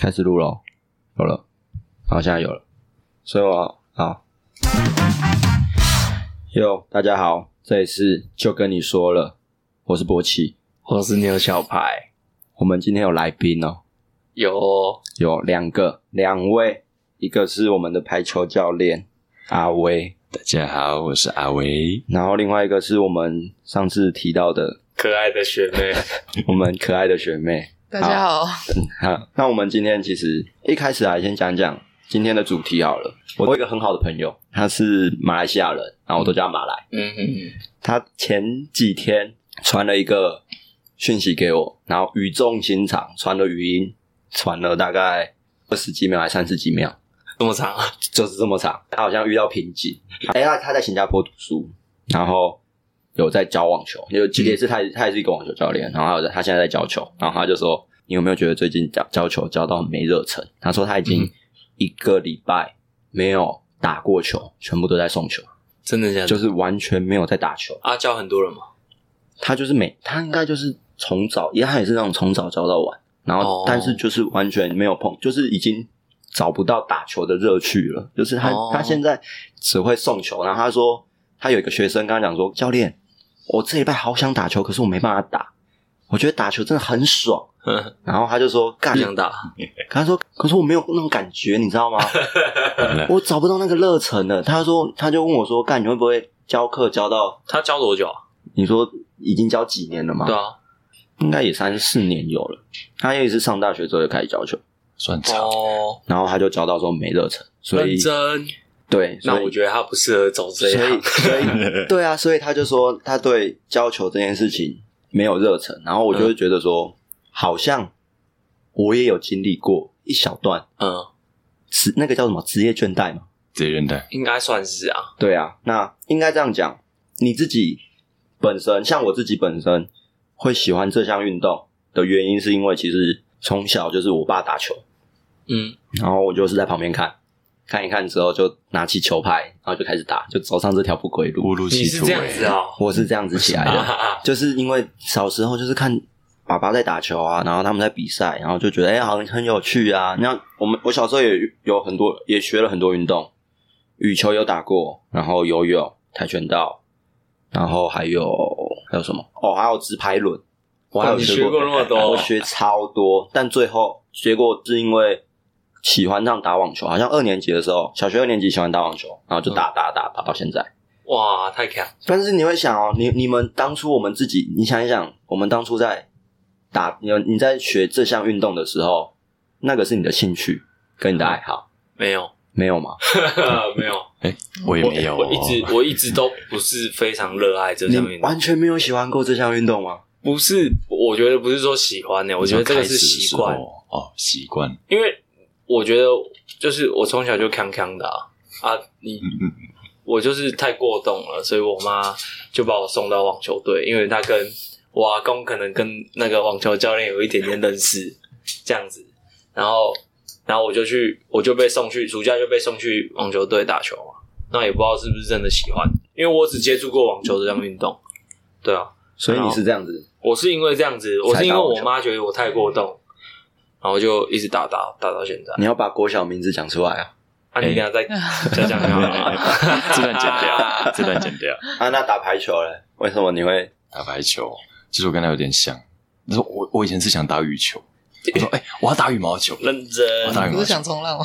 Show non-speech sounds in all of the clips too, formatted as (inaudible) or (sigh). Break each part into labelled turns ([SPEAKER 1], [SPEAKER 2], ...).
[SPEAKER 1] 开始录喽，有了，好，现在有了，所以我好，哟，大家好，这里是就跟你说了，我是博奇，
[SPEAKER 2] 我是牛小排，
[SPEAKER 1] 我们今天有来宾哦，
[SPEAKER 2] 有
[SPEAKER 1] 有两个，两位，一个是我们的排球教练阿威，
[SPEAKER 3] 大家好，我是阿维。
[SPEAKER 1] 然后另外一个是我们上次提到的
[SPEAKER 2] 可爱的学妹，
[SPEAKER 1] 我们可爱的学妹，
[SPEAKER 4] 大家好，
[SPEAKER 1] 好，那我们今天其实一开始来先讲讲今天的主题好了。我有一个很好的朋友，他是马来西亚人，然后我都叫他马来。
[SPEAKER 2] (laughs) 嗯嗯，
[SPEAKER 1] 他前几天传了一个讯息给我，然后语重心长，传了语音，传了大概二十几秒还三十几秒，
[SPEAKER 2] 这么长，啊
[SPEAKER 1] 就是这么长。他好像遇到瓶颈，哎、他他在新加坡读书，然后有在教网球，有也是他他也是一个网球教练，然后还有在他现在在教球，然后他就说，你有没有觉得最近教教球教到没热忱？他说他已经一个礼拜没有打过球，全部都在送球，
[SPEAKER 2] 真的假的？
[SPEAKER 1] 就是是完全没有在打球。
[SPEAKER 2] 阿娇很多人嘛，
[SPEAKER 1] 他就是每他应该就是从早，因为他也是那种从早教到晚，然后
[SPEAKER 2] 哦
[SPEAKER 1] 但是就是完全没有碰，就是已经找不到打球的乐趣了。就是他、
[SPEAKER 2] 哦
[SPEAKER 1] 他现在只会送球，然后他说他有一个学生跟他讲说，教练，我这礼拜好想打球，可是我没办法打，我觉得打球真的很爽。然后他就说干
[SPEAKER 2] 不，想打，
[SPEAKER 1] 他说可是我没有那种感觉，你知
[SPEAKER 2] (laughs)
[SPEAKER 1] 道吗？我找不到那个热忱了。他说他就问我说，干你会不会教课教到？
[SPEAKER 2] 他教多久啊？
[SPEAKER 1] 你说已经教几年了吗？
[SPEAKER 2] 对啊，
[SPEAKER 1] 应该也三四年有了。他也是上大学之后就开始教球，
[SPEAKER 3] 算长，
[SPEAKER 2] 哦，
[SPEAKER 1] 然后他就教到说没热忱，所以
[SPEAKER 2] 认真，
[SPEAKER 1] 对，
[SPEAKER 2] 那
[SPEAKER 1] 所以
[SPEAKER 2] 我觉得他不适合走这一
[SPEAKER 1] 所以
[SPEAKER 2] 行，
[SPEAKER 1] 所
[SPEAKER 3] (laughs)
[SPEAKER 1] 以对啊，所以他就说他对教球这件事情没有热忱，然后我就会觉得
[SPEAKER 3] 嗯
[SPEAKER 1] 说，好像我也有经历过一小段
[SPEAKER 2] 嗯，
[SPEAKER 1] 职那个叫什么职业倦怠嘛，
[SPEAKER 3] 这认的
[SPEAKER 2] 应该算是啊，
[SPEAKER 1] 对啊，那应该这样讲，你自己本身，像我自己本身会喜欢这项运动的原因，是因为其实从小就是我爸打球，
[SPEAKER 2] 嗯，
[SPEAKER 1] 然后我就是在旁边看，看一看之后就拿起球拍，然后就开始打，就走上这条不欸归路
[SPEAKER 3] 误。入
[SPEAKER 2] 你
[SPEAKER 3] 歧
[SPEAKER 2] 是
[SPEAKER 3] 途
[SPEAKER 2] 这样子
[SPEAKER 3] 哎，
[SPEAKER 2] 啊，
[SPEAKER 1] 我是这样子起来的，
[SPEAKER 2] 啊
[SPEAKER 1] 就是因为小时候就是看爸爸在打球啊，然后他们在比赛，然后就觉得哎、好像很有趣啊。那我们我小时候也有很多也学了很多运动，羽球有打过，然后游泳、跆拳道，然后还有还有什么？哦，还有直排轮，我还有
[SPEAKER 2] 哇你
[SPEAKER 1] 学
[SPEAKER 2] 学过那么多
[SPEAKER 1] 我学超多，但最后结果是因为喜欢上打网球，好像二年级的时候，小学二年级喜欢打网球，然后就
[SPEAKER 2] 嗯
[SPEAKER 1] 打打打打到现在。
[SPEAKER 2] (laughs) 哇，太强，
[SPEAKER 1] 但是你会想哦，你你们当初我们自己，你想一想，我们当初在打你你在学这项运动的时候，那个是你的兴趣跟你的爱好，
[SPEAKER 2] 没有，
[SPEAKER 1] 没有吗？
[SPEAKER 2] (laughs) 没有，
[SPEAKER 3] 我也没有
[SPEAKER 1] 啊
[SPEAKER 2] 我
[SPEAKER 3] 哦
[SPEAKER 2] 我一直我一直都不是非常热爱这项
[SPEAKER 1] 你
[SPEAKER 2] 运动
[SPEAKER 1] 完，全没有喜欢过这项运动吗？
[SPEAKER 2] 不是，我觉得不是说喜欢欸呢，我觉得这个是习惯
[SPEAKER 3] 刚开始的时，候哦，习惯
[SPEAKER 2] (laughs) 因为我觉得就是我从小就康康的啊，啊你我就是太过动了，所以我妈就把我送到网球队，因为她跟我阿公可能跟那个网球教练有一点点认识，这样子，然后然后我就去，我就被送去暑假就被送去网球队打球嘛，那也不知道是不是真的喜欢，因为我只接触过网球这项运动，对啊，
[SPEAKER 1] 所以你是这样子，
[SPEAKER 2] 我是因为这样子，我是
[SPEAKER 1] 才
[SPEAKER 2] 因为
[SPEAKER 1] 打网
[SPEAKER 2] 我
[SPEAKER 1] 球
[SPEAKER 2] 妈觉得我太过动，然后就一直打打打到现在。
[SPEAKER 1] 你要把国小名字讲出来啊！
[SPEAKER 2] 啊，你俩再
[SPEAKER 3] 哎
[SPEAKER 2] 再讲啊讲好了。
[SPEAKER 3] (laughs) 这段剪 (laughs) 掉，这段剪掉。
[SPEAKER 1] 啊，那打排球嘞？为什么你会？
[SPEAKER 3] 打排球，其实我跟他有点像。你说我我以前是想打羽球，我说哎、我要打羽毛球，
[SPEAKER 2] 认
[SPEAKER 3] 我
[SPEAKER 2] 真
[SPEAKER 3] 要，打羽
[SPEAKER 4] 不
[SPEAKER 3] 毛
[SPEAKER 4] 是
[SPEAKER 3] 球
[SPEAKER 4] 想。冲浪吗？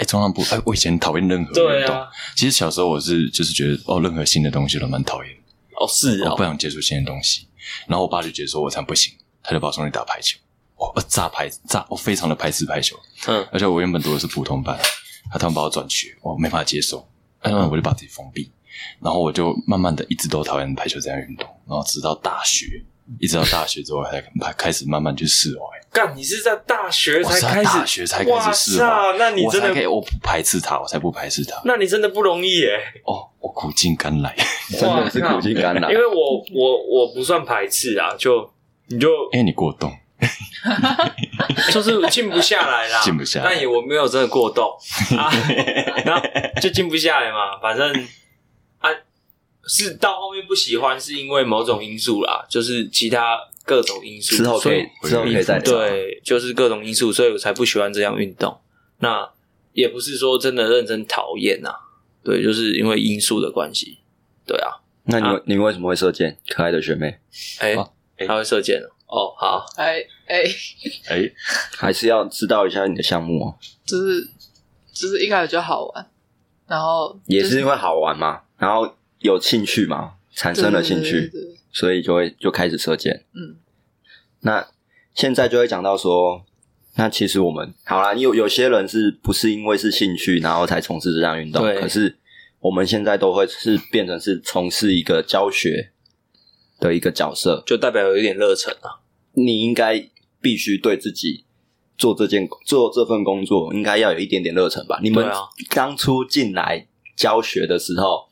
[SPEAKER 3] 哎、冲浪不哎、我以前讨厌任何
[SPEAKER 2] 对
[SPEAKER 3] 运动。
[SPEAKER 2] 啊，
[SPEAKER 3] 其实小时候我是就是觉得哦，任何新的东西我都蛮讨厌，
[SPEAKER 2] 哦是
[SPEAKER 3] 我不
[SPEAKER 2] 哦，
[SPEAKER 3] 想接触新的东西。然后我爸就觉得说我才不行，他就把我送去打排球。我、哦、炸排炸，我非常的排斥排球。
[SPEAKER 2] 嗯，
[SPEAKER 3] 而且我原本读的是普通班，他突然把我转学，我没办法接受，那
[SPEAKER 1] 嗯
[SPEAKER 3] 我就把自己封闭，然后我就慢慢的一直都讨厌排球这样运动，然后直到大学，一直到大学之后才才开始慢慢去释怀。
[SPEAKER 2] 干你是在大学
[SPEAKER 3] 我
[SPEAKER 2] 才
[SPEAKER 3] 是在
[SPEAKER 2] 开始，
[SPEAKER 3] 大学才开始释怀
[SPEAKER 2] 哇塞，那你
[SPEAKER 3] 我
[SPEAKER 2] 真
[SPEAKER 3] 才可以，
[SPEAKER 2] 的，
[SPEAKER 3] 我不排斥他，我才不排斥他。
[SPEAKER 2] 那你真的不容易耶，
[SPEAKER 3] 哦，我苦尽甘来，
[SPEAKER 1] 真的是苦尽甘来
[SPEAKER 2] 因。为我我我不算排斥啊，就你
[SPEAKER 3] (laughs)
[SPEAKER 2] 就
[SPEAKER 3] 因为你过
[SPEAKER 2] (laughs)
[SPEAKER 3] 动，
[SPEAKER 2] 就是静不下来啦，
[SPEAKER 3] 静不下来
[SPEAKER 2] 但也我没有真的过
[SPEAKER 3] (laughs)
[SPEAKER 2] 动啊，然后就静不下来嘛，反正啊，是到后面不喜欢是因为某种因素啦，就是其他各种因素
[SPEAKER 1] 之
[SPEAKER 3] 哦
[SPEAKER 1] 后可
[SPEAKER 2] 所
[SPEAKER 1] 以之后可以再聊
[SPEAKER 2] (laughs) 对，就是各种因素，所以我才不喜欢这项运动。那也不是说真的认真讨厌呐，对，就是因为因素的关系。对啊，
[SPEAKER 1] 那你、
[SPEAKER 2] 啊
[SPEAKER 1] 你们为什么会射箭？可爱的学妹
[SPEAKER 2] 哎、
[SPEAKER 3] 啊哎
[SPEAKER 2] 他会射箭哦哦，好，
[SPEAKER 4] 哎哎，
[SPEAKER 3] 哎，
[SPEAKER 1] 还是要知道一下你的项目哦，
[SPEAKER 4] 就是就是一开始就好玩，然后
[SPEAKER 1] 也
[SPEAKER 4] 就是
[SPEAKER 1] 因为好玩嘛，然后有兴趣嘛，产生了兴
[SPEAKER 4] 对对
[SPEAKER 1] 趣，
[SPEAKER 4] 对对对
[SPEAKER 1] 所以就会就开始射箭。
[SPEAKER 4] 嗯，
[SPEAKER 1] 那现在就会讲到说，那其实我们好啦，有有些人是不是因为是兴趣，然后才从事这项运动？
[SPEAKER 2] 对
[SPEAKER 1] 可是我们现在都会是变成是从事一个教学的一个角色，
[SPEAKER 2] 就代表有一点热忱啊。
[SPEAKER 1] 你应该必须对自己做这件做这份工作，应该要有一点点热忱吧？你们
[SPEAKER 2] 对啊
[SPEAKER 1] 当初进来教学的时候，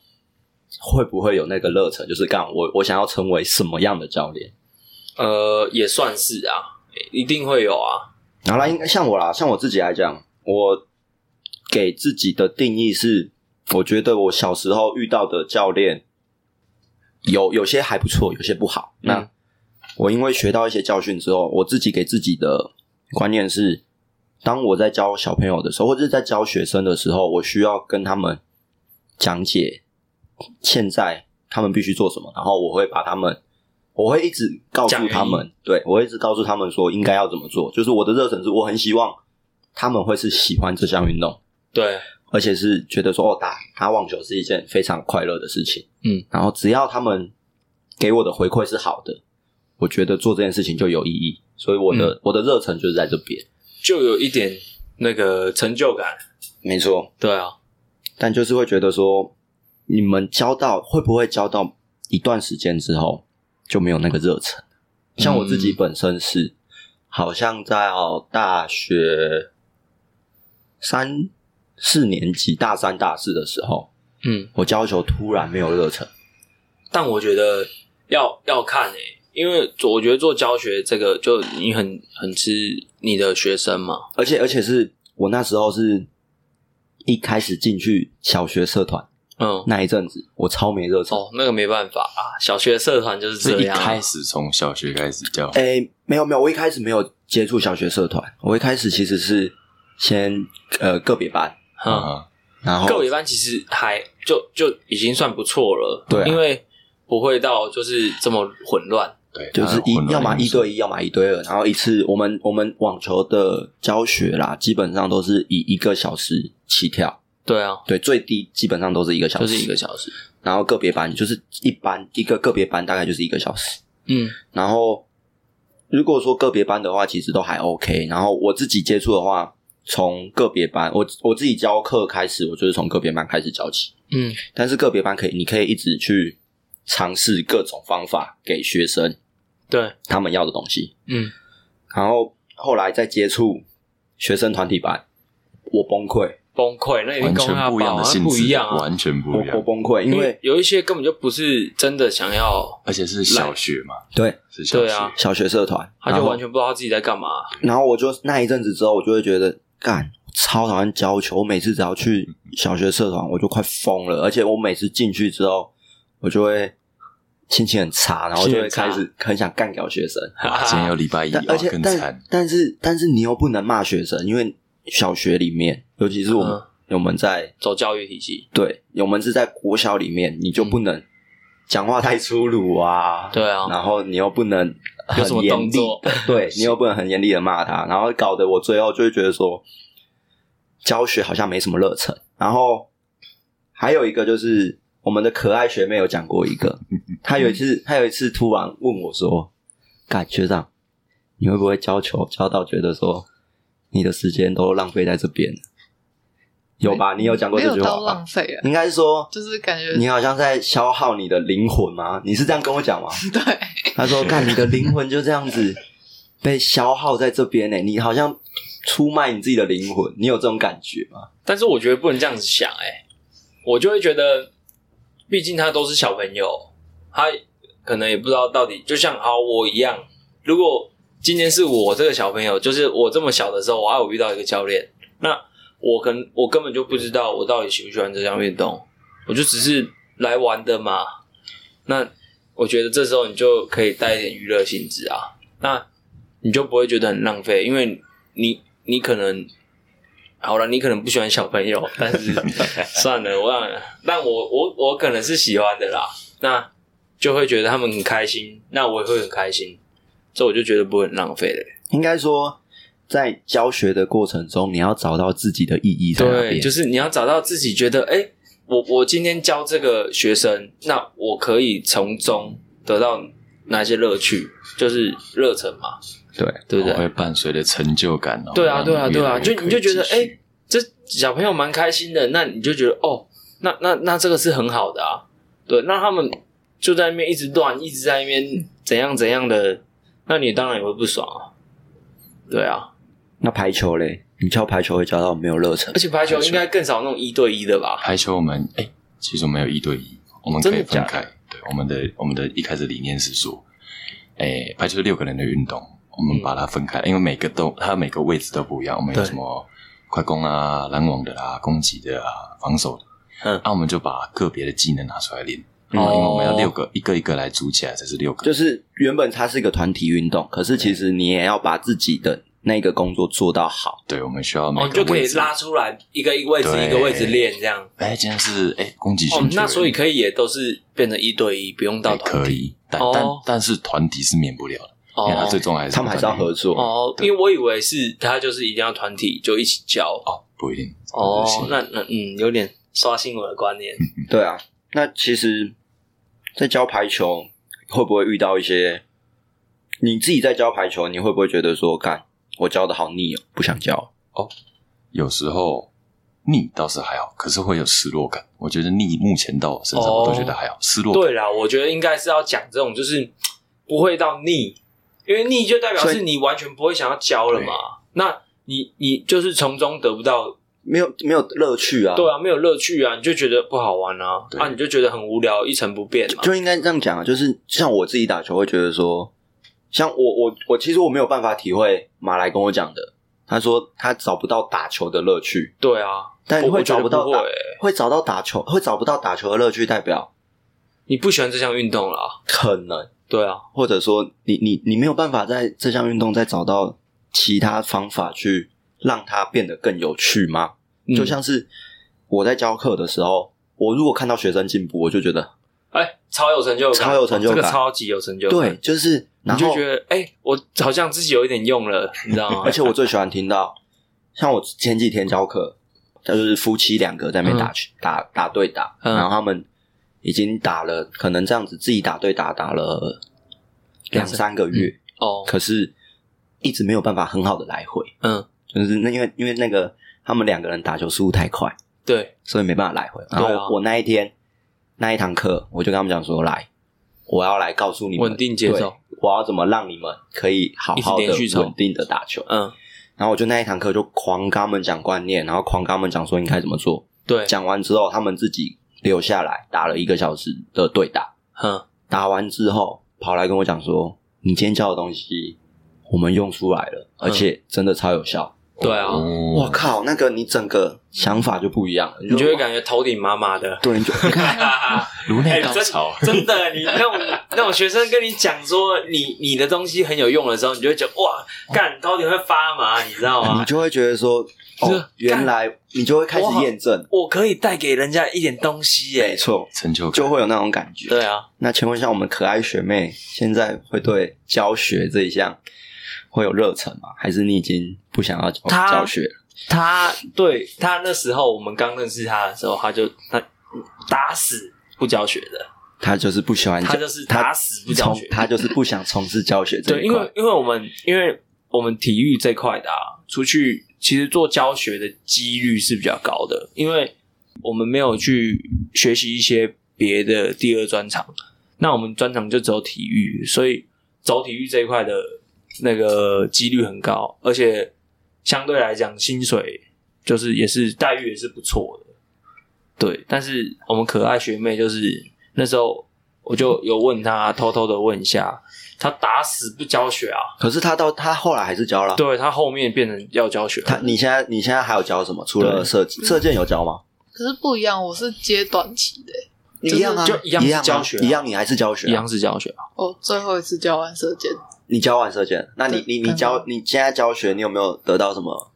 [SPEAKER 1] 会不会有那个热忱？就是干我我想要成为什么样的教练？
[SPEAKER 2] 呃，也算是啊，一定会有啊。
[SPEAKER 1] 然后啦，应该像我啦，像我自己来讲，我给自己的定义是，我觉得我小时候遇到的教练有有些还不错，有些不好。
[SPEAKER 2] 嗯
[SPEAKER 1] 那我因为学到一些教训之后，我自己给自己的观念是，当我在教小朋友的时候，或者是在教学生的时候，我需要跟他们讲解现在他们必须做什么，然后我会把他们，我会一直告诉他
[SPEAKER 2] 讲原
[SPEAKER 1] 们，对我会一直告诉他们说应该要怎么做。就是我的热忱是，我很希望他们会是喜欢这项运动。
[SPEAKER 2] 对，
[SPEAKER 1] 而且是觉得说哦，打打网球是一件非常快乐的事情。
[SPEAKER 2] 嗯，
[SPEAKER 1] 然后只要他们给我的回馈是好的，我觉得做这件事情就有意义。所以我的、我的热忱就是在这边。
[SPEAKER 2] 就有一点那个成就感。
[SPEAKER 1] 没错，
[SPEAKER 2] 对啊，
[SPEAKER 1] 但就是会觉得说，你们教到会不会教到一段时间之后就没有那个热忱？像我自己本身是，好像在哦大学三四年级、大三、大四的时候，
[SPEAKER 2] 嗯，
[SPEAKER 1] 我教球突然没有热忱。
[SPEAKER 2] 但我觉得要要看诶、欸因为做我觉得做教学这个，就你很很吃你的学生嘛。
[SPEAKER 1] 而且而且是我那时候是一开始进去小学社团
[SPEAKER 2] 嗯，
[SPEAKER 1] 那一阵子，我超没热忱。
[SPEAKER 2] 哦，那个没办法啊，小学社团就是
[SPEAKER 3] 是
[SPEAKER 2] 这
[SPEAKER 3] 一
[SPEAKER 2] 样啊。
[SPEAKER 3] 开始从小学开始教，
[SPEAKER 1] 诶、没有没有，我一开始没有接触小学社团，我一开始其实是先呃个别班，
[SPEAKER 2] 嗯，
[SPEAKER 3] 啊，
[SPEAKER 1] 然后
[SPEAKER 2] 个别班其实还就就已经算不错了，
[SPEAKER 1] 对啊
[SPEAKER 2] 因为不会到就是这么混乱。
[SPEAKER 3] 对，
[SPEAKER 1] 就是一
[SPEAKER 3] 啊混乱
[SPEAKER 1] 要么
[SPEAKER 3] 因
[SPEAKER 1] 一
[SPEAKER 3] 素
[SPEAKER 1] 对一，要么一对二，然后一次我们我们网球的教学啦，基本上都是以一个小时起跳，
[SPEAKER 2] 对啊，
[SPEAKER 1] 对，最低基本上都是一个小
[SPEAKER 2] 就
[SPEAKER 1] 时，
[SPEAKER 2] 是一个小时。
[SPEAKER 1] 然后个别班就是一班一个个别班大概就是一个小时，
[SPEAKER 2] 嗯，
[SPEAKER 1] 然后如果说个别班的话，其实都还 OK。然后我自己接触的话，从个别班，我我自己教课开始，我就是从个别班开始教起。
[SPEAKER 2] 嗯，
[SPEAKER 1] 但是个别班可以，你可以一直去尝试各种方法给学生
[SPEAKER 2] 对，
[SPEAKER 1] 他们要的东西。
[SPEAKER 2] 嗯，
[SPEAKER 1] 然后后来再接触学生团体班，我崩溃，
[SPEAKER 2] 崩溃，那一定
[SPEAKER 3] 完
[SPEAKER 2] 跟
[SPEAKER 3] 全
[SPEAKER 2] 他
[SPEAKER 3] 不一样
[SPEAKER 2] 宝
[SPEAKER 3] 的
[SPEAKER 2] 啊
[SPEAKER 3] 性
[SPEAKER 2] 不
[SPEAKER 3] 质，
[SPEAKER 2] 一样啊，
[SPEAKER 3] 完全
[SPEAKER 1] 我
[SPEAKER 3] 不一
[SPEAKER 1] 我
[SPEAKER 3] 样，
[SPEAKER 1] 崩溃，因为
[SPEAKER 2] 有一些根本就不是真的想要，
[SPEAKER 3] 而且是小学嘛，
[SPEAKER 1] 对
[SPEAKER 3] 是小
[SPEAKER 2] 对啊
[SPEAKER 3] 学，
[SPEAKER 1] 小学社团，
[SPEAKER 2] 他就
[SPEAKER 1] 然后
[SPEAKER 2] 完全不知道他自己在干嘛。
[SPEAKER 1] 然后我就那一阵子之后，我就会觉得干超讨厌教球，我每次只要去小学社团，我就快疯了。而且我每次进去之后，我就会心情很差，然后就会
[SPEAKER 2] 心情
[SPEAKER 1] 开
[SPEAKER 2] 很差哎
[SPEAKER 1] 始很想干掉学生。
[SPEAKER 3] 哇今天有礼拜一，
[SPEAKER 1] 但
[SPEAKER 3] 哇
[SPEAKER 1] 而且
[SPEAKER 3] 更
[SPEAKER 1] 但
[SPEAKER 3] 惨，
[SPEAKER 1] 但是但是你又不能骂学生，因为小学里面，尤其是我
[SPEAKER 2] 嗯
[SPEAKER 1] 们、我们在
[SPEAKER 2] 走教育体系。
[SPEAKER 1] 对我们是在国小里面，你就不能讲话太粗鲁啊，
[SPEAKER 2] 嗯对啊，
[SPEAKER 1] 然后你又不能
[SPEAKER 2] 有什
[SPEAKER 1] 很
[SPEAKER 2] 么
[SPEAKER 1] 严
[SPEAKER 2] 动
[SPEAKER 1] 厉
[SPEAKER 2] 作，
[SPEAKER 4] (laughs)
[SPEAKER 1] 对你又不能很严厉的骂他，然后搞得我最后就会觉得说，教学好像没什么热忱。然后还有一个就是我们的可爱学妹有讲过一
[SPEAKER 4] (laughs)
[SPEAKER 1] 个，她有一次她有一次突然问我说：“干学长，你会不会教球教到觉得说你的时间都浪费在这边了？”有吧？你有讲过
[SPEAKER 4] 没
[SPEAKER 1] 这
[SPEAKER 4] 有
[SPEAKER 1] 句
[SPEAKER 4] 到
[SPEAKER 1] 话
[SPEAKER 4] 浪
[SPEAKER 1] 吧？
[SPEAKER 4] 费啊，
[SPEAKER 1] 应该是说，
[SPEAKER 4] 就是感觉
[SPEAKER 1] 你好像在消耗你的灵魂吗？你是这样跟我讲吗？
[SPEAKER 4] (laughs) 对，
[SPEAKER 1] 他
[SPEAKER 2] (laughs)
[SPEAKER 1] 说：“看你的灵魂就这样子被消耗在这边呢、欸你好像出卖你自己的灵魂，你有这种感觉吗
[SPEAKER 2] 但是我觉得不能这样子想、哎，我就会觉得，毕竟他都是小朋友，他可能也不知道到底，就像好我一样，如果今天是我这个小朋友，就是我这么小的时候，我啊我遇到一个教练，那我可能我根本就不知道我到底喜不喜欢这项运动，我就只是来玩的嘛。那我觉得这时候你就可以带一点娱乐性质啊，那你就不会觉得很浪费，因为你你可能好了，你可能不喜欢小朋友，但是算了，我让，但我我我可能是喜欢的啦，那就会觉得他们很开心，那我也会很开心，这我就觉得不会很浪费了。
[SPEAKER 1] 应该说，在教学的过程中，你要找到自己的意义在哪
[SPEAKER 2] 对，
[SPEAKER 1] 边。
[SPEAKER 2] 就是你要找到自己觉得，哎、我我今天教这个学生，那我可以从中得到哪些乐趣，就是热忱嘛，
[SPEAKER 1] 对，
[SPEAKER 2] 对不
[SPEAKER 3] 然后
[SPEAKER 2] 对？
[SPEAKER 3] 会伴随着成就感哦。
[SPEAKER 2] 对啊，
[SPEAKER 3] 让
[SPEAKER 2] 对啊，
[SPEAKER 3] 你
[SPEAKER 2] 对啊，
[SPEAKER 3] 越来越
[SPEAKER 2] 就
[SPEAKER 3] 可以
[SPEAKER 2] 你就觉得，
[SPEAKER 3] 继
[SPEAKER 2] 哎、
[SPEAKER 3] 续
[SPEAKER 2] 这小朋友蛮开心的，那你就觉得，哦，那那那这个是很好的啊，对，那他们就在那边一直乱，一直在那边怎样怎样的，那你当然也会不爽啊，对啊，
[SPEAKER 1] 那排球嘞，你教排球会教到没有热忱
[SPEAKER 2] 而，且排球应该更少那种一对一的吧？
[SPEAKER 3] 排球我们哎、其实我们有一对一，我们
[SPEAKER 2] 真
[SPEAKER 3] 可
[SPEAKER 2] 的
[SPEAKER 3] 以分
[SPEAKER 2] 假
[SPEAKER 3] 开。对，我们的我们的一开始理念是说，哎、排球是六个人的运动，我们
[SPEAKER 2] 嗯
[SPEAKER 3] 把它分开，因为每个都它每个位置都不一样，我们有
[SPEAKER 2] 对
[SPEAKER 3] 什么快攻啊、拦网的啦、攻击的啊、防守的。啊
[SPEAKER 2] 嗯
[SPEAKER 3] 那、我们就把个别的技能拿出来练，啊
[SPEAKER 1] 嗯
[SPEAKER 3] 因为我们要
[SPEAKER 2] 哦
[SPEAKER 3] 六个一个一个来组起来才是六个。
[SPEAKER 1] 就是原本它是一个团体运动，可是其实你也要把自己的那个工作做到好。
[SPEAKER 3] 对，我们需要每
[SPEAKER 2] 哦，
[SPEAKER 3] 个
[SPEAKER 2] 你就可
[SPEAKER 3] 位
[SPEAKER 2] 以
[SPEAKER 3] 置
[SPEAKER 2] 拉。出来一个一个位置
[SPEAKER 3] 对
[SPEAKER 2] 一个位置练这样。
[SPEAKER 3] 哎、今天是哎、攻击
[SPEAKER 2] 哦
[SPEAKER 3] 型，球
[SPEAKER 2] 那
[SPEAKER 3] 员
[SPEAKER 2] 所以可以也都是变成一对一，不用到
[SPEAKER 3] 哎
[SPEAKER 2] 团
[SPEAKER 3] 可
[SPEAKER 2] 体。
[SPEAKER 3] 以，但、
[SPEAKER 2] 哦
[SPEAKER 3] 但但是团体是免不了的，因为他
[SPEAKER 2] 哦
[SPEAKER 3] 最终还是
[SPEAKER 1] 他们还是要合作，
[SPEAKER 2] 哦，因为我以为是他就是一定要团体就一起教。
[SPEAKER 3] 哦，不一定
[SPEAKER 2] 哦
[SPEAKER 3] 是，
[SPEAKER 2] 那那嗯，有点刷新我的观念。
[SPEAKER 1] 对啊。那其实，在教排球会不会遇到一些你自己在教排球，你会不会觉得说，干我教的好腻哦，不想教？
[SPEAKER 3] 有时候腻倒是还好，可是会有失落感。我觉得腻目前到我身上
[SPEAKER 2] 哦
[SPEAKER 3] 我都觉得还好，失落感
[SPEAKER 2] 对啦，我觉得应该是要讲这种，就是不会到腻，因为腻就代表
[SPEAKER 1] 所以
[SPEAKER 2] 是你完全不会想要教了嘛。那你你就是从中得不到
[SPEAKER 1] 没有没有乐趣啊。
[SPEAKER 2] 对啊，没有乐趣啊，你就觉得不好玩啊，
[SPEAKER 3] 对
[SPEAKER 2] 啊，你就觉得很无聊，一成不变嘛。
[SPEAKER 1] 就应该这样讲啊，就是像我自己打球会觉得说，像我我我其实我没有办法体会马来跟我讲的，他说他找不到打球的乐趣，
[SPEAKER 2] 对啊，
[SPEAKER 1] 但
[SPEAKER 2] 我
[SPEAKER 1] 会
[SPEAKER 2] 我觉
[SPEAKER 1] 找
[SPEAKER 2] 得
[SPEAKER 1] 到
[SPEAKER 2] 不
[SPEAKER 1] 打
[SPEAKER 2] 会欸，
[SPEAKER 1] 会找到打球会找不到打球的乐趣，代表
[SPEAKER 2] 你不喜欢这项运动啦。
[SPEAKER 1] 可能
[SPEAKER 2] 对啊，
[SPEAKER 1] 或者说你你你没有办法在这项运动再找到其他方法去让它变得更有趣吗？
[SPEAKER 2] 嗯
[SPEAKER 1] 就像是我在教课的时候，我如果看到学生进步，我就觉得
[SPEAKER 2] 哎，超有成就感，
[SPEAKER 1] 超有成就感
[SPEAKER 2] 这个超级有成就感。
[SPEAKER 1] 对，，就是
[SPEAKER 2] 你
[SPEAKER 1] 然
[SPEAKER 2] 就
[SPEAKER 1] 后
[SPEAKER 2] 觉得哎，我好像自己有一点用了，你知道
[SPEAKER 1] (laughs)
[SPEAKER 2] 吗
[SPEAKER 1] 而？且我最喜欢听到，像我前几天教课，他就是夫妻两个在那边打、球，打打对打，
[SPEAKER 2] 嗯
[SPEAKER 1] 然后他们已经打了，可能这样子自己打对打打了两三个月，
[SPEAKER 2] 哦，
[SPEAKER 1] 可是一直没有办法很好的来回，
[SPEAKER 2] 嗯，
[SPEAKER 1] 就是那因为因为那个他们两个人打球速度太快，
[SPEAKER 2] 对，
[SPEAKER 1] 所以没办法来回。
[SPEAKER 2] 对
[SPEAKER 1] 然
[SPEAKER 2] 啊
[SPEAKER 1] 后我那一天那一堂课，我就跟他们讲说，来，我要来告诉你们
[SPEAKER 2] 稳定节奏，
[SPEAKER 1] 对我要怎么让你们可以好好
[SPEAKER 2] 一直
[SPEAKER 1] 的
[SPEAKER 2] 连续冲
[SPEAKER 1] 稳定的打球。
[SPEAKER 2] 嗯，
[SPEAKER 1] 然后我就那一堂课就狂跟他们讲观念，然后狂跟他们讲说应该怎么做。
[SPEAKER 2] 对，
[SPEAKER 1] 讲完之后，他们自己留下来打了一个小时的对打，
[SPEAKER 2] 嗯，
[SPEAKER 1] 打完之后跑来跟我讲说：“你今天教的东西我们用出来了，而且真的超有效。
[SPEAKER 2] 对啊，
[SPEAKER 1] 我
[SPEAKER 3] 哇，
[SPEAKER 1] 靠，那个你整个想法就不一样了，你
[SPEAKER 2] 你就会感觉头顶麻麻的。
[SPEAKER 1] 对，你就
[SPEAKER 2] (laughs)
[SPEAKER 3] 颅
[SPEAKER 2] 哎
[SPEAKER 3] 内高
[SPEAKER 2] 真
[SPEAKER 3] 潮，
[SPEAKER 2] 真的，你那种那种学生跟你讲说你你的东西很有用的时候，你就会觉得哇，干头顶会发麻，你知道吗
[SPEAKER 1] 你？就会觉得说，
[SPEAKER 2] 就是
[SPEAKER 1] 哦，原来你就会开始验证，
[SPEAKER 2] 我可以带给人家一点东西耶、
[SPEAKER 1] 没错，
[SPEAKER 3] 成就感
[SPEAKER 1] 就会有那种感觉。
[SPEAKER 2] 对啊，
[SPEAKER 1] 那请问一下，我们可爱学妹现在会对教学这一项会有热忱吗？还是你已经不想要教
[SPEAKER 2] 她
[SPEAKER 1] 教学了？
[SPEAKER 2] 他对他那时候我们刚认识他的时候，他就他打死不教学的，
[SPEAKER 1] 她就是不喜欢教，
[SPEAKER 2] 他就是
[SPEAKER 1] 她
[SPEAKER 2] 打死不教学
[SPEAKER 1] 从她就是不想从事教学这
[SPEAKER 2] 对，
[SPEAKER 1] 一
[SPEAKER 2] 因
[SPEAKER 1] 块。
[SPEAKER 2] 为因为我们因为我们体育这块的啊，出去其实做教学的几率是比较高的，因为我们没有去学习一些别的第二专长，那我们专长就只有体育，所以走体育这一块的那个几率很高，而且相对来讲薪水就是也是待遇也是不错的，对。但是我们可爱学妹就是那时候我就有问她，偷偷的问一下，她打死不教学啊，
[SPEAKER 1] 可是她到她后来还是教了。
[SPEAKER 2] 对她后面变成要教学了，
[SPEAKER 1] 她你现在你现在还有教什么？除了
[SPEAKER 2] 对
[SPEAKER 1] 射箭射箭有教吗？
[SPEAKER 4] 可是不一样，我是接短期的欸、
[SPEAKER 1] 一样啊，
[SPEAKER 2] 就一样
[SPEAKER 1] 一样啊
[SPEAKER 2] 教学啊
[SPEAKER 1] 一样你还是教学啊，
[SPEAKER 2] 一样是教学啊，
[SPEAKER 4] 我最后一次教完射箭，
[SPEAKER 1] 你教完射箭，那你
[SPEAKER 4] 对
[SPEAKER 1] 你你教你现在教
[SPEAKER 2] 嗯
[SPEAKER 1] 学，你有没有得到什么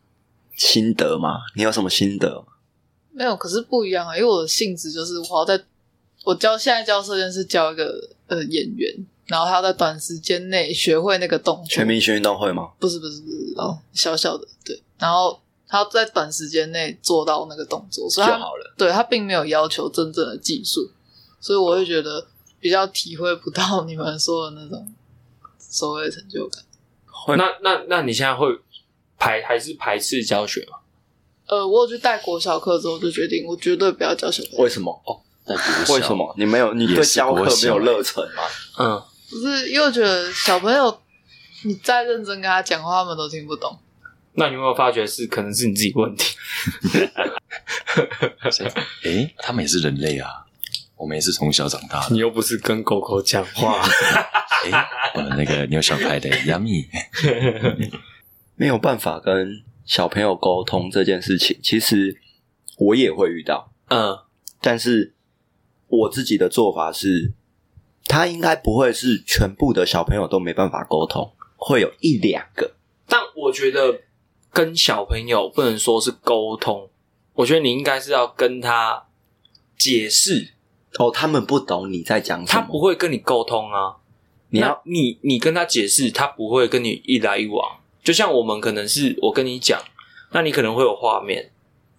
[SPEAKER 1] 心得吗？你有什么心得吗？
[SPEAKER 4] 没有，可是不一样啊，因为我的性质就是我要在，我教现在教射箭是教一个呃演员，然后他要在短时间内学会那个动作，
[SPEAKER 1] 全明星运动会吗？
[SPEAKER 4] 不是不是不是哦，小小的对，然后他要在短时间内做到那个动作，所
[SPEAKER 1] 就
[SPEAKER 4] 以他
[SPEAKER 1] 好了。
[SPEAKER 4] 对他并没有要求真正的技术，所以我会觉得比较体会不到你们说的那种所谓的成就感。
[SPEAKER 2] 那那那你现在会排还是排斥教学吗？
[SPEAKER 4] 呃，我有去带国小课之后，就决定我绝对不要教小朋友
[SPEAKER 1] 为，什么？
[SPEAKER 3] 但国小
[SPEAKER 1] 为什？么你没有？你
[SPEAKER 3] 也
[SPEAKER 1] 对
[SPEAKER 3] 是
[SPEAKER 1] 教课
[SPEAKER 3] 国
[SPEAKER 1] 没
[SPEAKER 3] 小
[SPEAKER 1] 有热忱吗？
[SPEAKER 2] 嗯，
[SPEAKER 4] 不是因为我觉得小朋友你再认真跟他讲话，他们都听不懂。
[SPEAKER 2] 那你有没有发觉是可能是你自己问题？
[SPEAKER 3] 诶，他们也是人类啊，我们也是从小长大的。
[SPEAKER 2] (laughs) 你又不是跟狗狗讲话，
[SPEAKER 3] 诶，我们那个牛小排的 Yummy，
[SPEAKER 1] 没有办法跟小朋友沟通这件事情，其实我也会遇到，
[SPEAKER 2] (laughs) 嗯
[SPEAKER 1] 但是我自己的做法是，他应该不会是全部的小朋友都没办法沟通，会有一两个。
[SPEAKER 2] 但我觉得跟小朋友不能说是沟通，我觉得你应该是要跟他解释，
[SPEAKER 1] 哦，他们不懂你在讲什
[SPEAKER 2] 他
[SPEAKER 1] 么，
[SPEAKER 2] 不会跟你沟通啊。
[SPEAKER 1] 你
[SPEAKER 2] 那
[SPEAKER 1] 要
[SPEAKER 2] 你你跟他解释，他不会跟你一来一往。就像我们可能是我跟你讲，那你可能会有画面，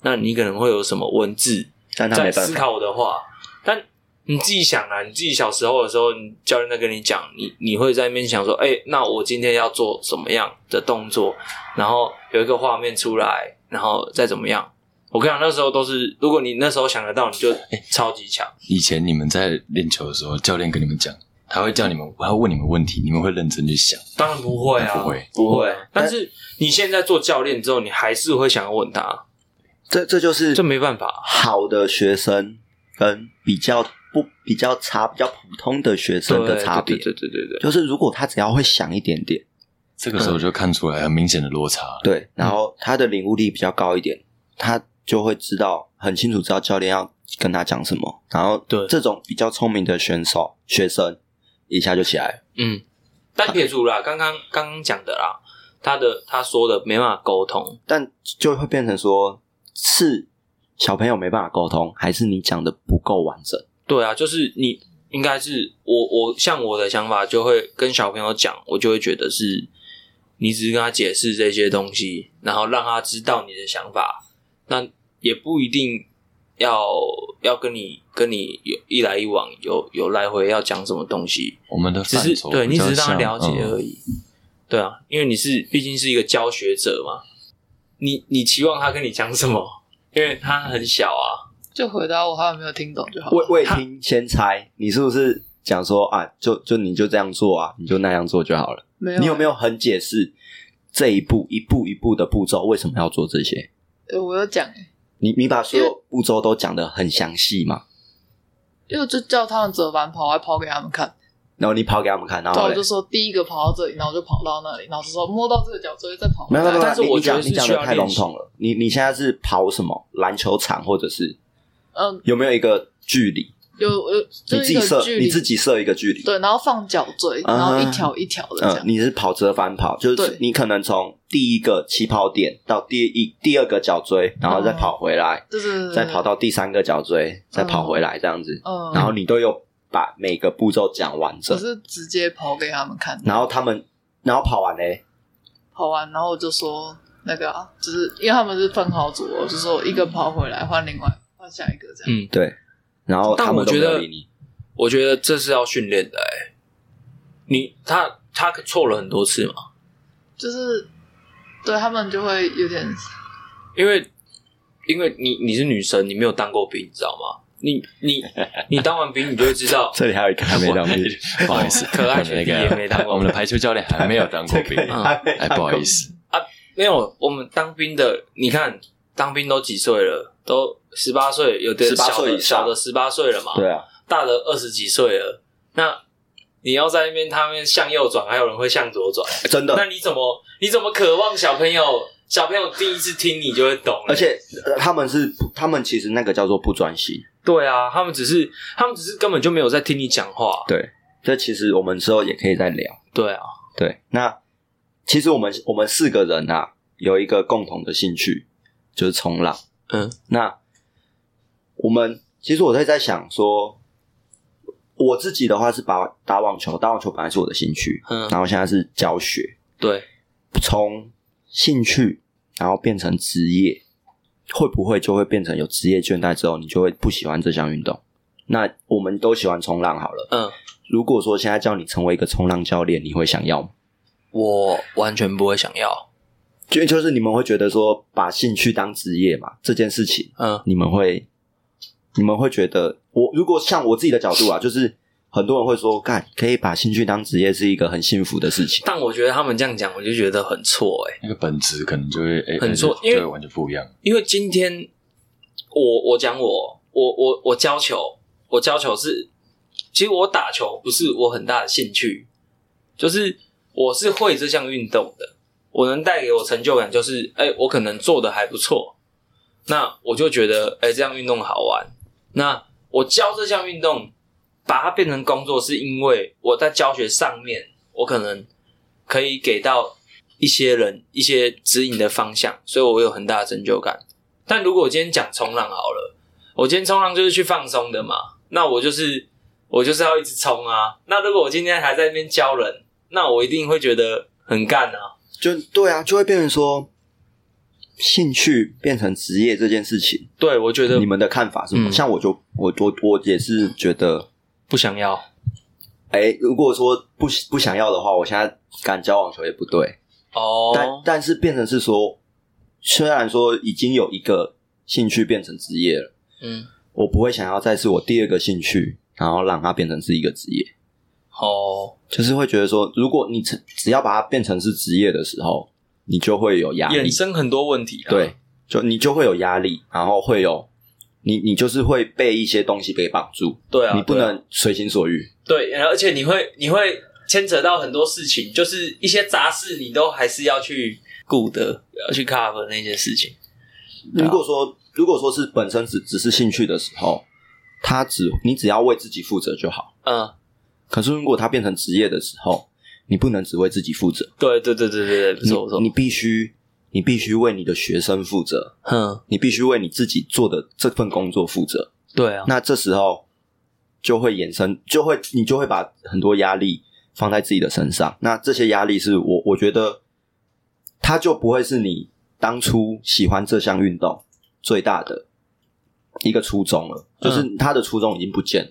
[SPEAKER 2] 那你可能会有什么文字
[SPEAKER 1] 但他
[SPEAKER 2] 在
[SPEAKER 1] 没办
[SPEAKER 2] 思
[SPEAKER 1] 法。
[SPEAKER 2] 考我的话，但你自己想啊，你自己小时候的时候，你教练在跟你讲，你你会在那边想说，哎、那我今天要做什么样的动作，然后有一个画面出来，然后再怎么样。我跟你讲，那时候都是，如果你那时候想得到，你
[SPEAKER 1] (laughs)
[SPEAKER 2] 就
[SPEAKER 1] 哎
[SPEAKER 2] 超级强。
[SPEAKER 3] 以前你们在练球的时候，教练跟你们讲，他会叫你们，他会问你们问题，你们会认真去想。
[SPEAKER 2] 当然不会啊，
[SPEAKER 3] 不会，
[SPEAKER 2] 不会。但是你现在做教练之后，你还是会想要问他，
[SPEAKER 1] 这这就是
[SPEAKER 2] 这没办法啊、
[SPEAKER 1] 好的学生跟比较不比较差、比较普通的学生的
[SPEAKER 2] 对
[SPEAKER 1] 差别，
[SPEAKER 2] 对对对对对，
[SPEAKER 1] 就是如果他只要会想一点点，
[SPEAKER 3] 这个时候就看出来很明显的落差。
[SPEAKER 4] 嗯
[SPEAKER 1] 对，然后他的领悟力比较高一点，他就会知道很清楚知道教练要跟他讲什么，然后
[SPEAKER 2] 对
[SPEAKER 1] 这种比较聪明的选手学生一下就起来了，
[SPEAKER 2] 嗯，但撇除啦，刚刚刚刚讲的啦，他的他说的没办法沟通，
[SPEAKER 1] 但就会变成说是小朋友没办法沟通，还是你讲的不够完整？
[SPEAKER 2] 对啊，就是你应该是我我像我的想法就会跟小朋友讲，我就会觉得是你只是跟他解释这些东西，然后让他知道你的想法，那也不一定要要跟你跟你有一来一往有有来回要讲什么东西，
[SPEAKER 3] 我们的
[SPEAKER 2] 只
[SPEAKER 3] 范
[SPEAKER 2] 是
[SPEAKER 3] 畴
[SPEAKER 2] 对
[SPEAKER 3] 比
[SPEAKER 2] 你
[SPEAKER 3] 较
[SPEAKER 2] 只是让他
[SPEAKER 3] 像
[SPEAKER 2] 了解
[SPEAKER 3] 嗯
[SPEAKER 2] 而已。对啊，因为你是毕竟是一个教学者嘛，你你期望他跟你讲什么？因为他很小啊，
[SPEAKER 4] 就回答我，他有没有听懂就好了。
[SPEAKER 1] 未未听先猜，你是不是讲说啊，就就你就这样做啊，你就那样做就好了？
[SPEAKER 4] 没有，啊
[SPEAKER 1] 你有没有很解释这一步一步一步的步骤为什么要做这些？
[SPEAKER 4] 呃？我有讲欸，
[SPEAKER 1] 你你把所
[SPEAKER 4] 因为
[SPEAKER 1] 有步骤都讲得很详细嘛，
[SPEAKER 4] 因为我就叫他们折返跑，我还跑给他们看。
[SPEAKER 1] 然后你跑给他们看，然
[SPEAKER 4] 然后
[SPEAKER 1] 后
[SPEAKER 4] 我
[SPEAKER 2] 啊
[SPEAKER 1] 嘞
[SPEAKER 4] 就说第一个跑到这里，然后我就跑到那里，然后就说摸到这个脚椎再跑回
[SPEAKER 1] 没有
[SPEAKER 4] 来。
[SPEAKER 1] 没有，没有
[SPEAKER 2] 但是
[SPEAKER 1] 你
[SPEAKER 2] 我
[SPEAKER 1] 你
[SPEAKER 2] 觉得
[SPEAKER 1] 讲你
[SPEAKER 2] 是
[SPEAKER 1] 讲
[SPEAKER 2] 需
[SPEAKER 1] 的
[SPEAKER 2] 要
[SPEAKER 1] 太笼
[SPEAKER 2] 练习
[SPEAKER 1] 统了。你你现在是跑什么篮球场，或者是
[SPEAKER 4] 嗯，
[SPEAKER 1] 有没有一个距离？
[SPEAKER 4] 有有就
[SPEAKER 1] 你自己
[SPEAKER 4] 是一
[SPEAKER 1] 设
[SPEAKER 4] 个距离，
[SPEAKER 1] 你自己设一个距离。
[SPEAKER 4] 对，然后放脚椎，然后一条一条的这
[SPEAKER 1] 呃，
[SPEAKER 4] 样。
[SPEAKER 1] 你是跑折返跑，就
[SPEAKER 4] 对
[SPEAKER 1] 是你可能从第一个起跑点到第一第二个脚椎，然后再跑回来，
[SPEAKER 4] 对对
[SPEAKER 2] 嗯
[SPEAKER 4] 对对，
[SPEAKER 1] 再跑到第三个脚椎，再跑回来这样子，
[SPEAKER 4] 嗯，
[SPEAKER 1] 然后你都有把每个步骤讲完整
[SPEAKER 4] 我，是直接跑给他们看，
[SPEAKER 1] 然后他们，然后跑完嘞，
[SPEAKER 4] 跑完，然后我就说那个啊，就是因为他们是分好组，我就说一个跑回来换另外换下一个这样。
[SPEAKER 2] 嗯，
[SPEAKER 1] 对，然后
[SPEAKER 2] 但
[SPEAKER 1] 他
[SPEAKER 2] 我
[SPEAKER 1] 们都
[SPEAKER 2] 觉
[SPEAKER 1] 没有
[SPEAKER 2] 得
[SPEAKER 1] 理你，
[SPEAKER 2] 我觉得这是要训练的、欸。你他他错了很多次嘛，
[SPEAKER 4] 就是对他们就会有点嗯
[SPEAKER 2] 因为因为你你是女生，你没有当过兵，你知道吗？你
[SPEAKER 1] (laughs)
[SPEAKER 2] 你你当完兵，你就会知道，
[SPEAKER 1] 这里还有一个还没当兵，
[SPEAKER 3] 不好意思，
[SPEAKER 2] 哦可爱
[SPEAKER 3] 我们那
[SPEAKER 2] 学弟也没当
[SPEAKER 3] 个
[SPEAKER 2] 过
[SPEAKER 3] 我们的排球教练还没有当过
[SPEAKER 2] (laughs)
[SPEAKER 3] 兵，
[SPEAKER 2] 个
[SPEAKER 1] 还没
[SPEAKER 3] 哎，
[SPEAKER 1] 当
[SPEAKER 3] 不
[SPEAKER 1] 过
[SPEAKER 3] 好意，思，
[SPEAKER 2] 没有我们当兵的，你看当兵都几岁了？都十八岁，有的
[SPEAKER 1] 18
[SPEAKER 2] 小
[SPEAKER 1] 岁
[SPEAKER 2] 的
[SPEAKER 1] 以上
[SPEAKER 2] 小的十八岁了嘛，
[SPEAKER 1] 对啊，
[SPEAKER 2] 大的二十几岁了，那你要在那边他们向右转，还有人会向左转，
[SPEAKER 1] 真的
[SPEAKER 2] 那，你怎么你怎么渴望小朋友？小朋友第一次听你就会懂了，
[SPEAKER 1] 而且呃他们是他们其实那个叫做不专心，
[SPEAKER 2] 对啊，他们只是他们只是根本就没有在听你讲话。
[SPEAKER 1] 对，这其实我们之后也可以再聊。
[SPEAKER 2] 对啊，
[SPEAKER 1] 对，那其实我们我们四个人啊，有一个共同的兴趣，就是冲浪。
[SPEAKER 2] 嗯，
[SPEAKER 1] 那我们其实我在在想说，我自己的话是把打网球，打网球本来是我的兴趣，
[SPEAKER 2] 嗯
[SPEAKER 1] 然后现在是教学，
[SPEAKER 2] 对，
[SPEAKER 1] 从兴趣然后变成职业，会不会就会变成有职业倦怠之后，你就会不喜欢这项运动？那我们都喜欢冲浪好了。
[SPEAKER 2] 嗯，
[SPEAKER 1] 如果说现在叫你成为一个冲浪教练，你会想要吗？
[SPEAKER 2] 我完全不会想要。
[SPEAKER 1] 就就是你们会觉得说把兴趣当职业嘛这件事情，
[SPEAKER 2] 嗯
[SPEAKER 1] 你们会你们会觉得我如果像我自己的角度啊，就是很多人会说，干可以把兴趣当职业是一个很幸福的事情。
[SPEAKER 2] 但我觉得他们这样讲，我就觉得很错哎、
[SPEAKER 3] 那个本质可能就会哎，
[SPEAKER 2] 很
[SPEAKER 3] 哎
[SPEAKER 2] 错因
[SPEAKER 3] 就
[SPEAKER 2] 为
[SPEAKER 3] 对完全不一样。
[SPEAKER 2] 因为今天我我讲我我我我教球，我教球是，其实我打球不是我很大的兴趣，就是我是会这项运动的，我能带给我成就感就是，哎、我可能做的还不错，那我就觉得哎、这项运动好玩。那我教这项运动，把它变成工作，是因为我在教学上面，我可能可以给到一些人一些指引的方向，所以我有很大的成就感。但如果我今天讲冲浪好了，我今天冲浪就是去放松的嘛，那我就是我就是要一直冲啊。那如果我今天还在那边教人，那我一定会觉得很干啊。
[SPEAKER 1] 就对啊，就会变成说兴趣变成职业这件事情，
[SPEAKER 2] 对，我觉得
[SPEAKER 1] 你们的看法是什么？
[SPEAKER 2] 嗯
[SPEAKER 1] 像我就我我我也是觉得，
[SPEAKER 2] 不想要，
[SPEAKER 1] 哎、如果说不不想要的话，我现在敢教网球也不对。
[SPEAKER 2] 哦，
[SPEAKER 1] 但但是变成是说，虽然说已经有一个兴趣变成职业了，
[SPEAKER 2] 嗯，
[SPEAKER 1] 我不会想要再是我第二个兴趣，然后让它变成是一个职业，
[SPEAKER 2] 哦，
[SPEAKER 1] 就是会觉得说，如果你只只要把它变成是职业的时候，你就会有压力
[SPEAKER 2] 衍，生很多问题、啊。
[SPEAKER 1] 对，，就你就会有压力，然后会有你你就是会被一些东西给绑住，
[SPEAKER 2] 对啊，
[SPEAKER 1] 你不
[SPEAKER 2] 对啊
[SPEAKER 1] 能随心所欲，
[SPEAKER 2] 对，然后而且你会你会牵扯到很多事情，就是一些杂事，你都还是要去顾的，要去 cover 那些事情。啊
[SPEAKER 1] 如果说如果说是本身只只是兴趣的时候，他只你只要为自己负责就好。
[SPEAKER 2] 嗯，
[SPEAKER 1] 可是如果他变成职业的时候，你不能只为自己负责，
[SPEAKER 2] 对对对对对对，不
[SPEAKER 1] 你
[SPEAKER 2] 错不错
[SPEAKER 1] 你，必须你必须为你的学生负责，
[SPEAKER 2] 嗯，
[SPEAKER 1] 你必须为你自己做的这份工作负责。
[SPEAKER 2] 对啊，
[SPEAKER 1] 那这时候就会衍生，就会你就会把很多压力放在自己的身上。那这些压力是我我觉得，它就不会是你当初喜欢这项运动最大的一个初衷了，就是它的初衷已经不见了。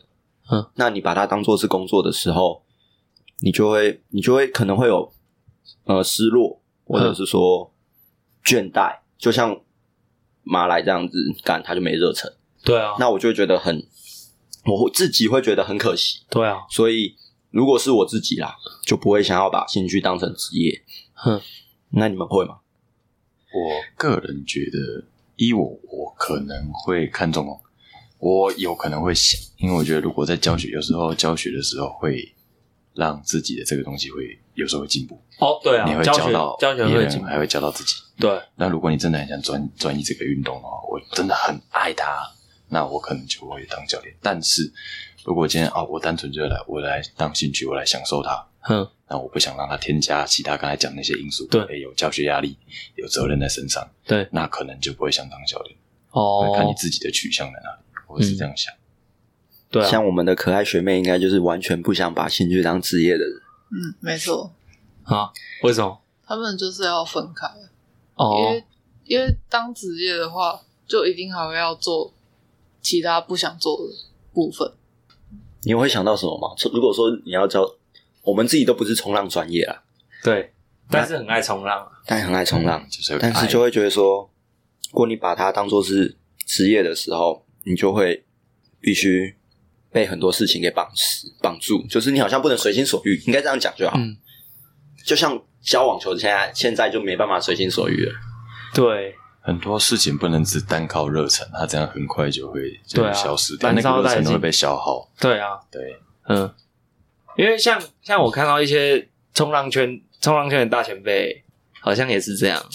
[SPEAKER 2] 嗯，
[SPEAKER 1] 那你把它当做是工作的时候，你就会你就会可能会有呃失落，或者是说倦怠，就像马来这样子干，他就没热忱。
[SPEAKER 2] 对啊，
[SPEAKER 1] 那我就会觉得很，我会自己会觉得很可惜。
[SPEAKER 2] 对啊，
[SPEAKER 1] 所以如果是我自己啦，就不会想要把兴趣当成职业。
[SPEAKER 2] 哼，
[SPEAKER 1] (laughs) 那你们会吗？
[SPEAKER 3] 我个人觉得，依我我可能会看中哦，我有可能会想，因为我觉得如果在教学，有时候教学的时候会让自己的这个东西会有时候会进步，
[SPEAKER 2] 哦，对啊
[SPEAKER 3] 你，会
[SPEAKER 2] 教
[SPEAKER 3] 教
[SPEAKER 2] 学
[SPEAKER 3] 到
[SPEAKER 2] 教学
[SPEAKER 3] 别
[SPEAKER 2] 会
[SPEAKER 3] 人
[SPEAKER 2] 进步，
[SPEAKER 3] 还会教到自己。
[SPEAKER 2] 对，
[SPEAKER 3] 那如果你真的很想专专一这个运动的话，我真的很爱它，那我可能就会当教练。但是如果今天啊、我单纯就来我来当兴趣，我来享受它，
[SPEAKER 2] 嗯，
[SPEAKER 3] 那我不想让它添加其他刚才讲那些因素，
[SPEAKER 2] 对
[SPEAKER 3] 诶有教学压力，有责任在身上，
[SPEAKER 2] 对，
[SPEAKER 3] 那可能就不会想当教练，会看你
[SPEAKER 2] 哦，嗯
[SPEAKER 3] 自己的取向在哪里，我是这样想。
[SPEAKER 2] 对啊，
[SPEAKER 1] 像我们的可爱学妹，应该就是完全不想把兴趣当职业的人。
[SPEAKER 4] 嗯，没错，
[SPEAKER 2] 啊，为什么？
[SPEAKER 4] 他们就是要分开，因
[SPEAKER 2] 哦
[SPEAKER 4] 为，因为当职业的话，就一定还会要做其他不想做的部分。
[SPEAKER 1] 你会想到什么吗？如果说你要教，我们自己都不是冲浪专业啦，
[SPEAKER 2] 对，但是很爱冲浪啊，
[SPEAKER 1] 但很爱冲浪，
[SPEAKER 3] 嗯就是，
[SPEAKER 1] 但是就会觉得说，如果你把它当做是职业的时候，你就会必须被很多事情给绑死、绑住，就是你好像不能随心所欲，应该这样讲就好。
[SPEAKER 2] 嗯，
[SPEAKER 1] 就像教网球，现在现在就没办法随心所欲了。
[SPEAKER 2] 对，
[SPEAKER 3] 很多事情不能只单靠热忱，它这样很快就会就
[SPEAKER 2] 对
[SPEAKER 3] 会
[SPEAKER 2] 啊
[SPEAKER 3] 消失掉，那
[SPEAKER 2] 燃烧
[SPEAKER 3] 个热
[SPEAKER 2] 殆
[SPEAKER 3] 忱都会
[SPEAKER 2] 尽
[SPEAKER 3] 被消耗。
[SPEAKER 2] 对啊，
[SPEAKER 3] 对，
[SPEAKER 2] 嗯，因为像像我看到一些冲浪圈冲浪圈的大前辈，好像也是这样，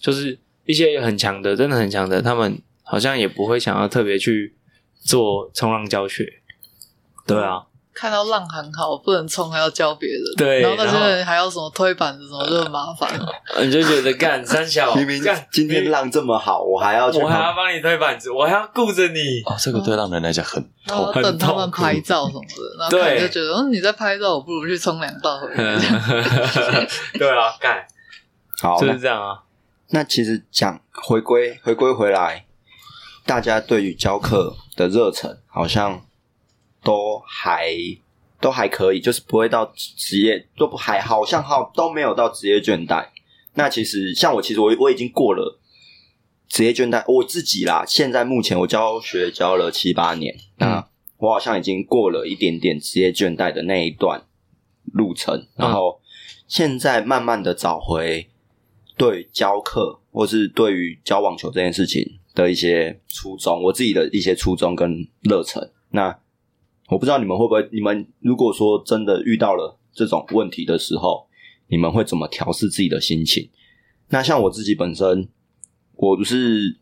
[SPEAKER 2] 就是一些很强的，真的很强的，他们好像也不会想要特别去做冲浪教学。对啊，
[SPEAKER 4] 看到浪很好，不能冲还要教别人，
[SPEAKER 2] 对
[SPEAKER 4] 然后那
[SPEAKER 2] 然后呃
[SPEAKER 4] 些人还要什么推板子什么，就很麻烦。
[SPEAKER 2] 你就觉得
[SPEAKER 1] (laughs)
[SPEAKER 2] 干三小，
[SPEAKER 1] 明明
[SPEAKER 2] 干
[SPEAKER 1] 今天浪这么好，我还要去
[SPEAKER 2] 我还
[SPEAKER 1] 旁
[SPEAKER 2] 要帮你推板子，我还要顾着
[SPEAKER 1] (laughs)
[SPEAKER 2] 你。
[SPEAKER 3] 哦，这个对浪人来讲很
[SPEAKER 4] 然后
[SPEAKER 2] 很
[SPEAKER 4] 等他
[SPEAKER 2] 痛
[SPEAKER 4] 们
[SPEAKER 2] 苦
[SPEAKER 4] 拍照什么的，然后
[SPEAKER 2] 对嗯
[SPEAKER 4] 看就觉得，嗯，你在拍照，我不如去冲两道回来。
[SPEAKER 2] 对啊，干
[SPEAKER 1] 好，
[SPEAKER 2] 就
[SPEAKER 1] 那
[SPEAKER 2] 是这样啊。
[SPEAKER 1] 那其实讲回归回归回来，大家对于教课的热忱好像都还都还可以，就是不会到职业都不还好像好都没有到职业倦怠。那其实像我，其实我我已经过了职业倦怠，我自己啦，现在目前我教学教了七八年，那我好像已经过了一点点职业倦怠的那一段路程，然后现在慢慢的找回对于教课或是对于教网球这件事情的一些初衷，我自己的一些初衷跟热忱。那我不知道你们会不会，你们如果说真的遇到了这种问题的时候，你们会怎么调试自己的心情？那像我自己本身，我不是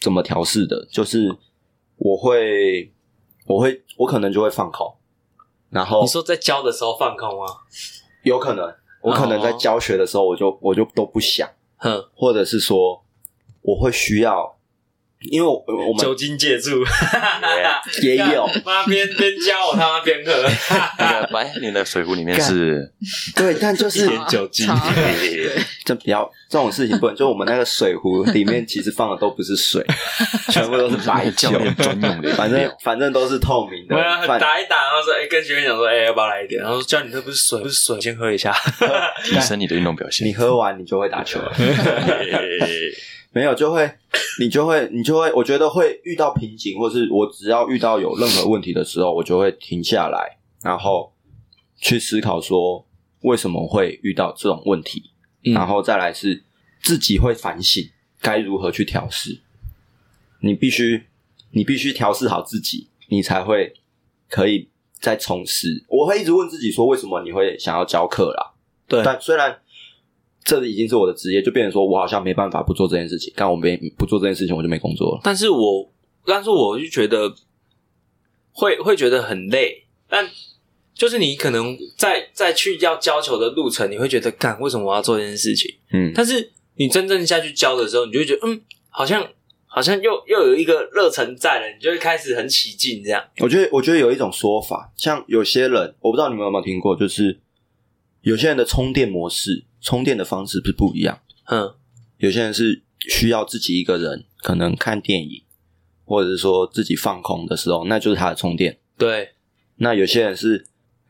[SPEAKER 1] 怎么调试的，就是我会，我会，我可能就会放空，然后
[SPEAKER 2] 你说在教的时候放空吗？
[SPEAKER 1] 有可能，我可能在
[SPEAKER 2] 哦
[SPEAKER 1] 教学的时候，我就我就都不想。
[SPEAKER 2] 哼，
[SPEAKER 1] 或者是说我会需要，因为我我们
[SPEAKER 2] 酒精
[SPEAKER 1] (laughs)
[SPEAKER 2] 戒住，
[SPEAKER 1] 也
[SPEAKER 3] (laughs)
[SPEAKER 1] 有
[SPEAKER 2] 妈边边教我他妈边
[SPEAKER 4] (laughs)
[SPEAKER 2] 喝，
[SPEAKER 3] 那个白海林的水壶里面是
[SPEAKER 1] 对，但就是
[SPEAKER 4] 点酒
[SPEAKER 2] (laughs)
[SPEAKER 4] 精茶对
[SPEAKER 1] 这比较这种事情不能，就我们那个水壶里面其实放的都不是
[SPEAKER 3] (laughs)
[SPEAKER 1] 水，全部都是白酒
[SPEAKER 3] 教，练专用的饮料，
[SPEAKER 1] 反正反正都是透明
[SPEAKER 2] 我
[SPEAKER 1] 的，
[SPEAKER 3] 啊
[SPEAKER 2] 要
[SPEAKER 1] 反
[SPEAKER 2] 打一打，然后说，哎、跟学员讲说，哎、要不要来一点？然后说，叫你喝不是水，不是水，先喝一
[SPEAKER 4] (laughs)
[SPEAKER 2] 下。
[SPEAKER 3] 提升你的运动表现。
[SPEAKER 1] 你喝完你就会打球了，没有就会你就会你就会，我觉得会遇到瓶颈，或是我只要遇到有任何问题的时候，我就会停下来，然后去思考说为什么会遇到这种问题，然后再来是自己会反省该如何去调试。你必须，你必须调试好自己，你才会可以再重拾。我会一直问自己说，为什么你会想要教课啦？
[SPEAKER 2] 对
[SPEAKER 1] 但虽然这已经是我的职业，就变成说我好像没办法不做这件事情，但我没不做这件事情，我就没工作了。
[SPEAKER 2] 但是我，但是我就觉得会会觉得很累，但就是你可能在在去要教球的路程，你会觉得，干为什么我要做这件事情？
[SPEAKER 1] 嗯，
[SPEAKER 2] 但是你真正下去教的时候，你就会觉得，嗯，好像好像又又有一个热忱在了，你就会开始很起劲这样。
[SPEAKER 1] 我觉得，我觉得有一种说法，像有些人，我不知道你们有没有听过，就是有些人的充电模式、充电的方式是不一样。
[SPEAKER 2] 嗯，
[SPEAKER 1] 有些人是需要自己一个人，可能看电影，或者是说自己放空的时候，那就是他的充电。
[SPEAKER 2] 对，
[SPEAKER 1] 那有些人是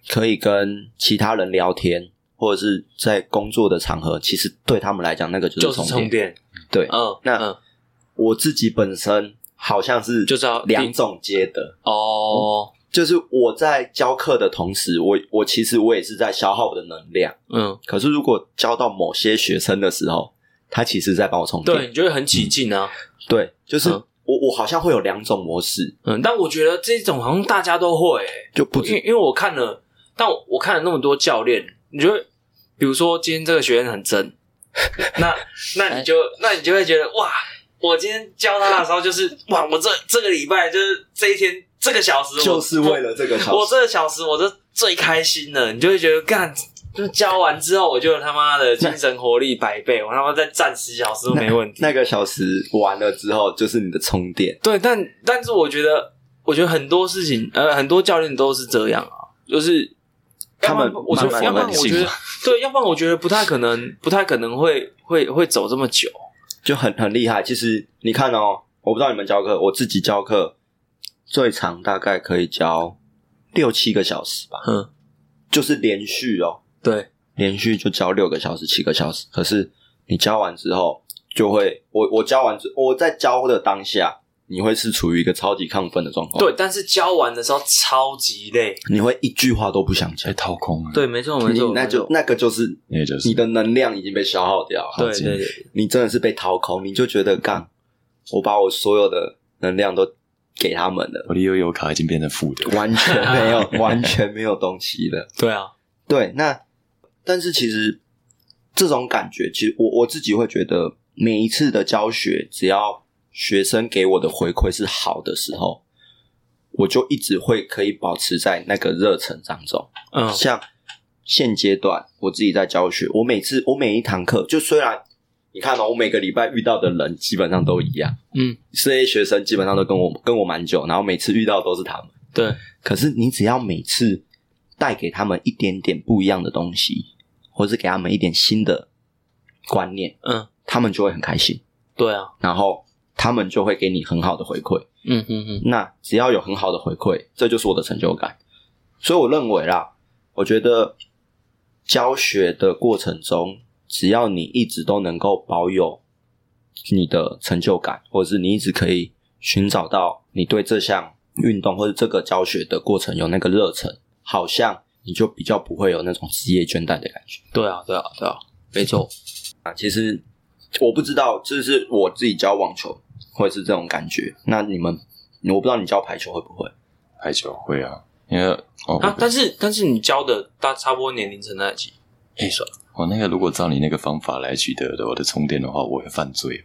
[SPEAKER 1] 可以跟其他人聊天，或者是在工作的场合，其实对他们来讲，那个就
[SPEAKER 2] 就是是
[SPEAKER 1] 充电。哦
[SPEAKER 2] 充电。
[SPEAKER 1] 对，
[SPEAKER 2] 嗯，
[SPEAKER 1] 那
[SPEAKER 2] 嗯
[SPEAKER 1] 我自己本身好像是
[SPEAKER 2] 就是要
[SPEAKER 1] 两种皆得，
[SPEAKER 2] 哦，
[SPEAKER 1] 就是我在教课的同时，我我其实我也是在消耗我的能量。
[SPEAKER 2] 嗯，
[SPEAKER 1] 可是如果教到某些学生的时候，他其实在帮我充电。
[SPEAKER 2] 对，你就会很起劲啊。
[SPEAKER 1] 对，就是
[SPEAKER 2] 嗯
[SPEAKER 1] 我我好像会有两种模式，
[SPEAKER 2] 嗯，但我觉得这种好像大家都会、欸，
[SPEAKER 1] 就不
[SPEAKER 2] 因
[SPEAKER 1] 止
[SPEAKER 2] 为因为我看了，但我我看了那么多教练，你就会，比如说今天这个学员很真，
[SPEAKER 1] (laughs)
[SPEAKER 2] 那那你就那你就会觉得哇，我今天教他的时候就是哇，我这这个礼拜就是这一天这个小时我，
[SPEAKER 1] 就是为了这个小
[SPEAKER 2] 我
[SPEAKER 1] 时。
[SPEAKER 2] 这个小时我就最开心了，你就会觉得干。就教完之后，我就他妈的精神活力百倍，我他妈再站十小时都没问题。
[SPEAKER 1] 那个小时完了之后，就是你的充电。
[SPEAKER 2] 对，但但是我觉得，我觉得很多事情，呃，很多教练都是这样啊，就是
[SPEAKER 1] 他们
[SPEAKER 2] 要不然我觉得，
[SPEAKER 1] 慢慢
[SPEAKER 2] 要不然
[SPEAKER 1] 冷
[SPEAKER 2] 我
[SPEAKER 1] 静
[SPEAKER 2] 觉得，对，要不然我觉得不太可能，不太可能会会会走这么久。
[SPEAKER 1] 就很很厉害。其实你看哦，我不知道你们教课，我自己教课最长大概可以教六七个小时吧，
[SPEAKER 2] 嗯，
[SPEAKER 1] 就是连续哦，
[SPEAKER 2] 对，
[SPEAKER 1] 连续就教六个小时、七个小时。可是你教完之后，就会我我教完之我在教的当下，你会是处于一个超级亢奋的状况，，
[SPEAKER 2] 对，但是教完的时候超级累。
[SPEAKER 1] 你会一句话都不想
[SPEAKER 3] 在
[SPEAKER 1] 讲，
[SPEAKER 3] 掏空啊，
[SPEAKER 2] 对，没错，哎没
[SPEAKER 1] 嗯你
[SPEAKER 2] 错，
[SPEAKER 1] 那就
[SPEAKER 2] 没错
[SPEAKER 1] 那个就是
[SPEAKER 3] 那个就是
[SPEAKER 1] 你的能量已经被消耗掉了，
[SPEAKER 2] 对
[SPEAKER 3] 劲
[SPEAKER 2] 对对，
[SPEAKER 1] 你真的是被掏空，你就觉得干，我把我所有的能量都给他们了，
[SPEAKER 3] 我的悠游卡已经变成负的，
[SPEAKER 1] 完全没有，完全没有东西了。
[SPEAKER 2] 对啊，
[SPEAKER 1] 对，那但是其实这种感觉，其实我我自己会觉得，每一次的教学，只要学生给我的回馈是好的时候，我就一直会可以保持在那个热忱当中。
[SPEAKER 2] 嗯
[SPEAKER 1] 像现阶段我自己在教学，我每次我每一堂课，就虽然你看嘛，哦我每个礼拜遇到的人基本上都一样，
[SPEAKER 2] 嗯，
[SPEAKER 1] 这些学生基本上都跟我跟我蛮久，然后每次遇到都是他们。
[SPEAKER 2] 对，
[SPEAKER 1] 可是你只要每次带给他们一点点不一样的东西，或是给他们一点新的观念，
[SPEAKER 2] 嗯，
[SPEAKER 1] 他们就会很开心，
[SPEAKER 2] 对啊，
[SPEAKER 1] 然后他们就会给你很好的回馈。
[SPEAKER 2] 嗯嗯嗯，
[SPEAKER 1] 那只要有很好的回馈，这就是我的成就感。所以我认为啦，我觉得教学的过程中，只要你一直都能够保有你的成就感，或者是你一直可以寻找到你对这项运动或者这个教学的过程有那个热忱，好像你就比较不会有那种职业倦怠的感觉
[SPEAKER 2] 对啊，对啊，对啊，没错，
[SPEAKER 1] 啊。其实我不知道，这是我自己教网球会是这种感觉。那你们，我不知道你教排球会不会。
[SPEAKER 3] 排球会啊，因为哦，
[SPEAKER 2] 啊，但是但是你教的大差不多年龄层那几，哎，算了，
[SPEAKER 3] 哦我那个如果照你那个方法来取得我的充电的话，我会
[SPEAKER 2] (laughs)
[SPEAKER 3] 犯罪。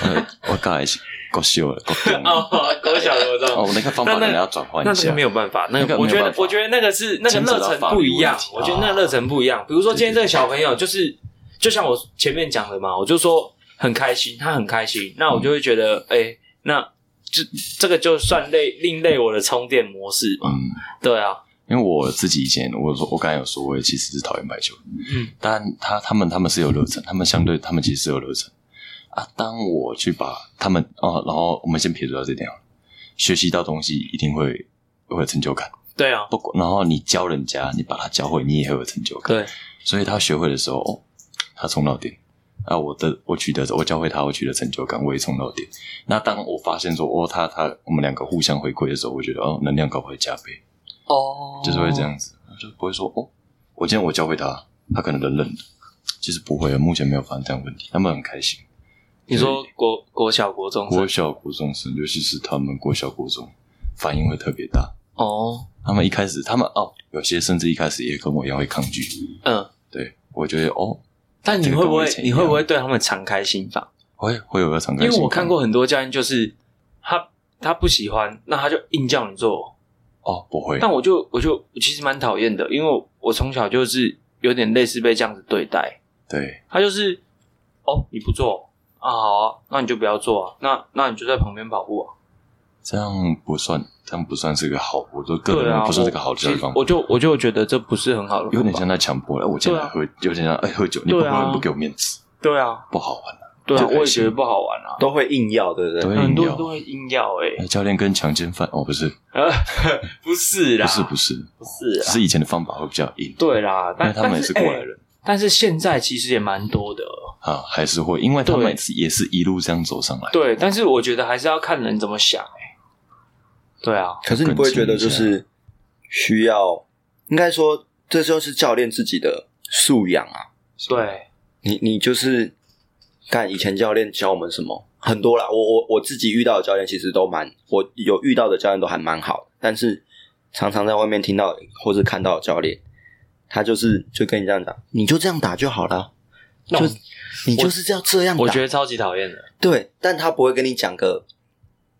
[SPEAKER 3] 呃我刚才是够秀了，够凶了。
[SPEAKER 2] 哦，我晓得，我知
[SPEAKER 3] 哦，
[SPEAKER 2] 道
[SPEAKER 3] 我。那个方法可
[SPEAKER 2] 那
[SPEAKER 3] 能要转换
[SPEAKER 2] 那
[SPEAKER 3] 一
[SPEAKER 2] 那个
[SPEAKER 3] 下
[SPEAKER 2] 没。有办法，那
[SPEAKER 3] 那
[SPEAKER 2] 个
[SPEAKER 3] 个
[SPEAKER 2] 我
[SPEAKER 3] 没有
[SPEAKER 2] 觉得
[SPEAKER 3] 办，法
[SPEAKER 2] 我觉得那个是那个
[SPEAKER 3] 牵扯到
[SPEAKER 2] 热忱
[SPEAKER 3] 法律
[SPEAKER 2] 不一样
[SPEAKER 3] 问题，啊
[SPEAKER 2] 我觉得那个热忱不一样。比如说今天这个小朋友，就是就像我前面讲的嘛，我就说很开心，他很开心，那
[SPEAKER 3] 嗯
[SPEAKER 2] 我就会觉得，哎，那这这个就算类另类我的充电模式嘛。
[SPEAKER 3] 嗯，
[SPEAKER 2] 对啊，
[SPEAKER 3] 因为我自己以前，我说我刚才有说，我也其实是讨厌排球。
[SPEAKER 2] 嗯，
[SPEAKER 3] 但他他们他们是有热忱，他们相对他们其实是有热忱啊。当我去把他们哦，然后我们先撇除掉这点好了，学习到东西一定会会有成就感。
[SPEAKER 2] 对啊，
[SPEAKER 3] 不管，然后你教人家，你把他教会，你也会有成就感。
[SPEAKER 2] 对，
[SPEAKER 3] 所以他学会的时候，哦、他冲到点啊，我的我取得我教会他，我取得成就感，我也冲到点。那当我发现说，哦，他他我们两个互相回馈的时候，我觉得哦，能量搞会加倍，
[SPEAKER 2] 哦
[SPEAKER 3] 就是会这。样子，就不会说哦，我今天我教会他，他可能冷冷的，其实不会，啊目前没有发生这样的问题，他们很开心。
[SPEAKER 2] 你说国国小国中
[SPEAKER 3] 国小国中生，尤其是他们国小国中，反应会特别大。
[SPEAKER 2] 哦，
[SPEAKER 3] 他们一开始，他们哦，有些甚至一开始也跟我一样会抗拒。
[SPEAKER 2] 嗯，
[SPEAKER 3] 对我觉得哦，
[SPEAKER 2] 但你
[SPEAKER 3] 这个
[SPEAKER 2] 会
[SPEAKER 3] 跟
[SPEAKER 2] 不
[SPEAKER 3] 我
[SPEAKER 2] 会
[SPEAKER 3] 以前一
[SPEAKER 2] 你会不
[SPEAKER 3] 样
[SPEAKER 2] 会对他们敞开心房？
[SPEAKER 3] 会会有个敞开
[SPEAKER 2] 因
[SPEAKER 3] 心房，啊
[SPEAKER 2] 为我看过很多教练，就是他他不喜欢，那他就硬叫你做。
[SPEAKER 3] 哦，不会，
[SPEAKER 2] 但我就我就我其实蛮讨厌的，因为我我从小就是有点类似被这样子对待。
[SPEAKER 3] 对。
[SPEAKER 2] 他就是哦，你不做啊，好啊，那你就不要做啊，那那你就在旁边跑步啊。
[SPEAKER 3] 这样不算，这样不算是个好，我就个人
[SPEAKER 2] 对
[SPEAKER 3] 认
[SPEAKER 2] 啊，
[SPEAKER 3] 为不算
[SPEAKER 2] 我
[SPEAKER 3] 是个好教育方法
[SPEAKER 2] 我，就我就觉得这不是很好的方法，
[SPEAKER 3] 有点像在强迫了。哎我今
[SPEAKER 2] 对
[SPEAKER 3] 天
[SPEAKER 2] 啊
[SPEAKER 3] 来喝，有点像哎喝酒，你不
[SPEAKER 2] 对啊
[SPEAKER 3] 喝不给我面子，
[SPEAKER 2] 对啊，
[SPEAKER 3] 不好玩啊。
[SPEAKER 2] 对啊，
[SPEAKER 3] 就开
[SPEAKER 2] 我也觉
[SPEAKER 3] 心
[SPEAKER 2] 得不好玩啊。
[SPEAKER 1] 都会硬要，对不对？
[SPEAKER 3] 对
[SPEAKER 2] 很多
[SPEAKER 3] 硬要
[SPEAKER 2] 人都会硬要哎、
[SPEAKER 3] 哎，教练跟强奸犯哦，不是，
[SPEAKER 2] 呃， (laughs) 不是啦，
[SPEAKER 3] 不是，不是，
[SPEAKER 2] 不是
[SPEAKER 3] 只
[SPEAKER 2] 啦，
[SPEAKER 3] 是以前的方法会比较硬，
[SPEAKER 2] 对啦，
[SPEAKER 3] 因
[SPEAKER 2] 但
[SPEAKER 3] 为他们也
[SPEAKER 2] 但
[SPEAKER 3] 是
[SPEAKER 2] 是
[SPEAKER 3] 过来
[SPEAKER 2] 哎
[SPEAKER 3] 人
[SPEAKER 2] 但是现在其实也蛮多的，
[SPEAKER 3] 啊，还是会，因为他
[SPEAKER 2] 对
[SPEAKER 3] 们也是一路这样走上来。
[SPEAKER 2] 对。但是我觉得还是要看人怎么想、哎，对啊，
[SPEAKER 1] 可是你不会觉得就是需要，应该说这就是教练自己的素养啊。
[SPEAKER 2] 对，
[SPEAKER 1] 你你就是看以前教练教我们什么很多啦，我我我自己遇到的教练其实都蛮，我有遇到的教练都还蛮好的，但是常常在外面听到或是看到的教练，他就是就跟你这样讲，你就这样打就好了，
[SPEAKER 2] 那
[SPEAKER 1] 就
[SPEAKER 2] 我
[SPEAKER 1] 你就是要这样
[SPEAKER 3] 啊
[SPEAKER 1] 打，
[SPEAKER 2] 我觉得超级讨厌的。
[SPEAKER 1] 对，但他不会跟你讲个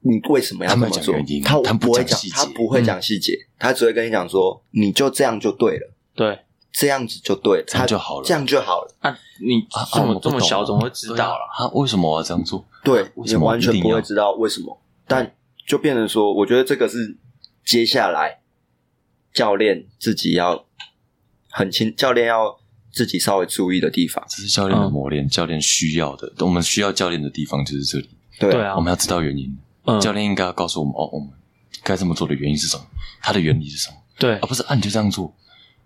[SPEAKER 1] 你为什么要这么
[SPEAKER 3] 他没有
[SPEAKER 1] 做
[SPEAKER 3] 讲原因，
[SPEAKER 1] 他
[SPEAKER 3] 他不
[SPEAKER 1] 不会
[SPEAKER 3] 讲
[SPEAKER 1] 讲
[SPEAKER 3] 细，节嗯
[SPEAKER 1] 他不会讲细节，他只会跟你讲说，你就这样就对了，
[SPEAKER 2] 对
[SPEAKER 1] 这样子就对了，
[SPEAKER 3] 这样
[SPEAKER 1] 他
[SPEAKER 3] 就好了
[SPEAKER 1] 这样就好了。
[SPEAKER 2] 啊，你
[SPEAKER 3] 啊，
[SPEAKER 2] 这么、
[SPEAKER 3] 啊
[SPEAKER 2] 这么小怎么会知道了？？
[SPEAKER 3] 我不懂啊对啊啊，为什么我要这样做？
[SPEAKER 1] 对
[SPEAKER 3] 啊为
[SPEAKER 1] 你
[SPEAKER 3] 什么
[SPEAKER 1] 完全
[SPEAKER 3] 一定
[SPEAKER 1] 不会
[SPEAKER 3] 要嗯
[SPEAKER 1] 知道为什么，但就变成说，我觉得这个是接下来教练自己要很清，教练要自己稍微注意的地方。
[SPEAKER 3] 这是教练的
[SPEAKER 2] 嗯
[SPEAKER 3] 磨练，教练需要的，我们需要教练的地方就是这里，
[SPEAKER 1] 对
[SPEAKER 2] 对啊
[SPEAKER 3] 我，们要知道原因。
[SPEAKER 2] 嗯，
[SPEAKER 3] 教练应该要告诉我们哦，我们该这么做的原因是什么，它的原理是什么
[SPEAKER 2] 对
[SPEAKER 3] 啊？不是啊，你就这样做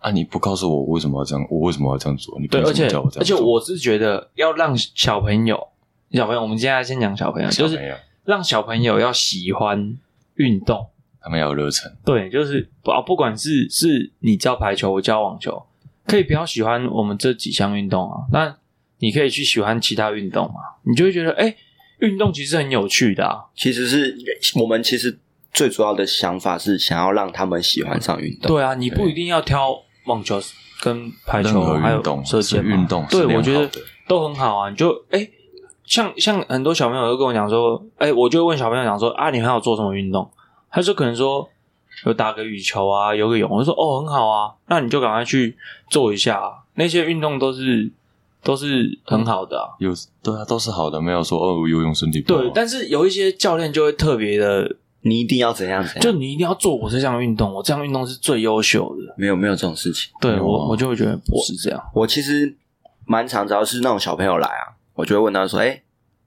[SPEAKER 3] 啊？你不告诉我为什么要这样，我为什么要这样做？你
[SPEAKER 2] 对，
[SPEAKER 3] 凭
[SPEAKER 2] 而
[SPEAKER 3] 什
[SPEAKER 2] 且
[SPEAKER 3] 么叫我这样做？
[SPEAKER 2] 而且我是觉得要让小朋友，小朋友，我们现在先讲小朋友，
[SPEAKER 3] 小啊
[SPEAKER 2] 就
[SPEAKER 3] 朋
[SPEAKER 2] 是
[SPEAKER 3] 友
[SPEAKER 2] 让小朋友要喜欢运动。
[SPEAKER 3] 他们要有热忱，
[SPEAKER 2] 对，就是不啊，不管是是你教排球，我教网球，可以不要喜欢我们这几项运动啊，那你可以去喜欢其他运动嘛，你就会觉得哎，运动其实很有趣的啊。
[SPEAKER 1] 其实是我们其实最主要的想法是想要让他们喜欢上运动。
[SPEAKER 2] 对啊，你不一定要挑网球跟排
[SPEAKER 3] 任
[SPEAKER 2] 球，
[SPEAKER 3] 何
[SPEAKER 2] 还有
[SPEAKER 3] 运动
[SPEAKER 2] 射
[SPEAKER 3] 是
[SPEAKER 2] 箭嘛
[SPEAKER 3] 运动是
[SPEAKER 2] 对
[SPEAKER 3] 良
[SPEAKER 2] 我觉
[SPEAKER 3] 好
[SPEAKER 2] 得
[SPEAKER 3] 的
[SPEAKER 2] 都很好啊。你就哎，像像很多小朋友都跟我讲说，哎，我就会问小朋友讲说啊，你还有做什么运动？他就可能说有打个羽球啊，游个泳，我就说哦很好啊，那你就赶快去做一下、啊，那些运动都是都是很好的啊。
[SPEAKER 3] 有对啊，都是好的，没有说哦游泳身体不好。
[SPEAKER 2] 对，但是有一些教练就会特别的，
[SPEAKER 1] 你一定要怎样怎样，
[SPEAKER 2] 就你一定要做我这项运动，我这项运动是最优秀的。
[SPEAKER 1] 没有没有这种事情。
[SPEAKER 2] 对
[SPEAKER 3] 有啊
[SPEAKER 2] 我，我就会觉得不是这样。
[SPEAKER 1] 我其实蛮常，只要是那种小朋友来啊，我就会问他说：“哎、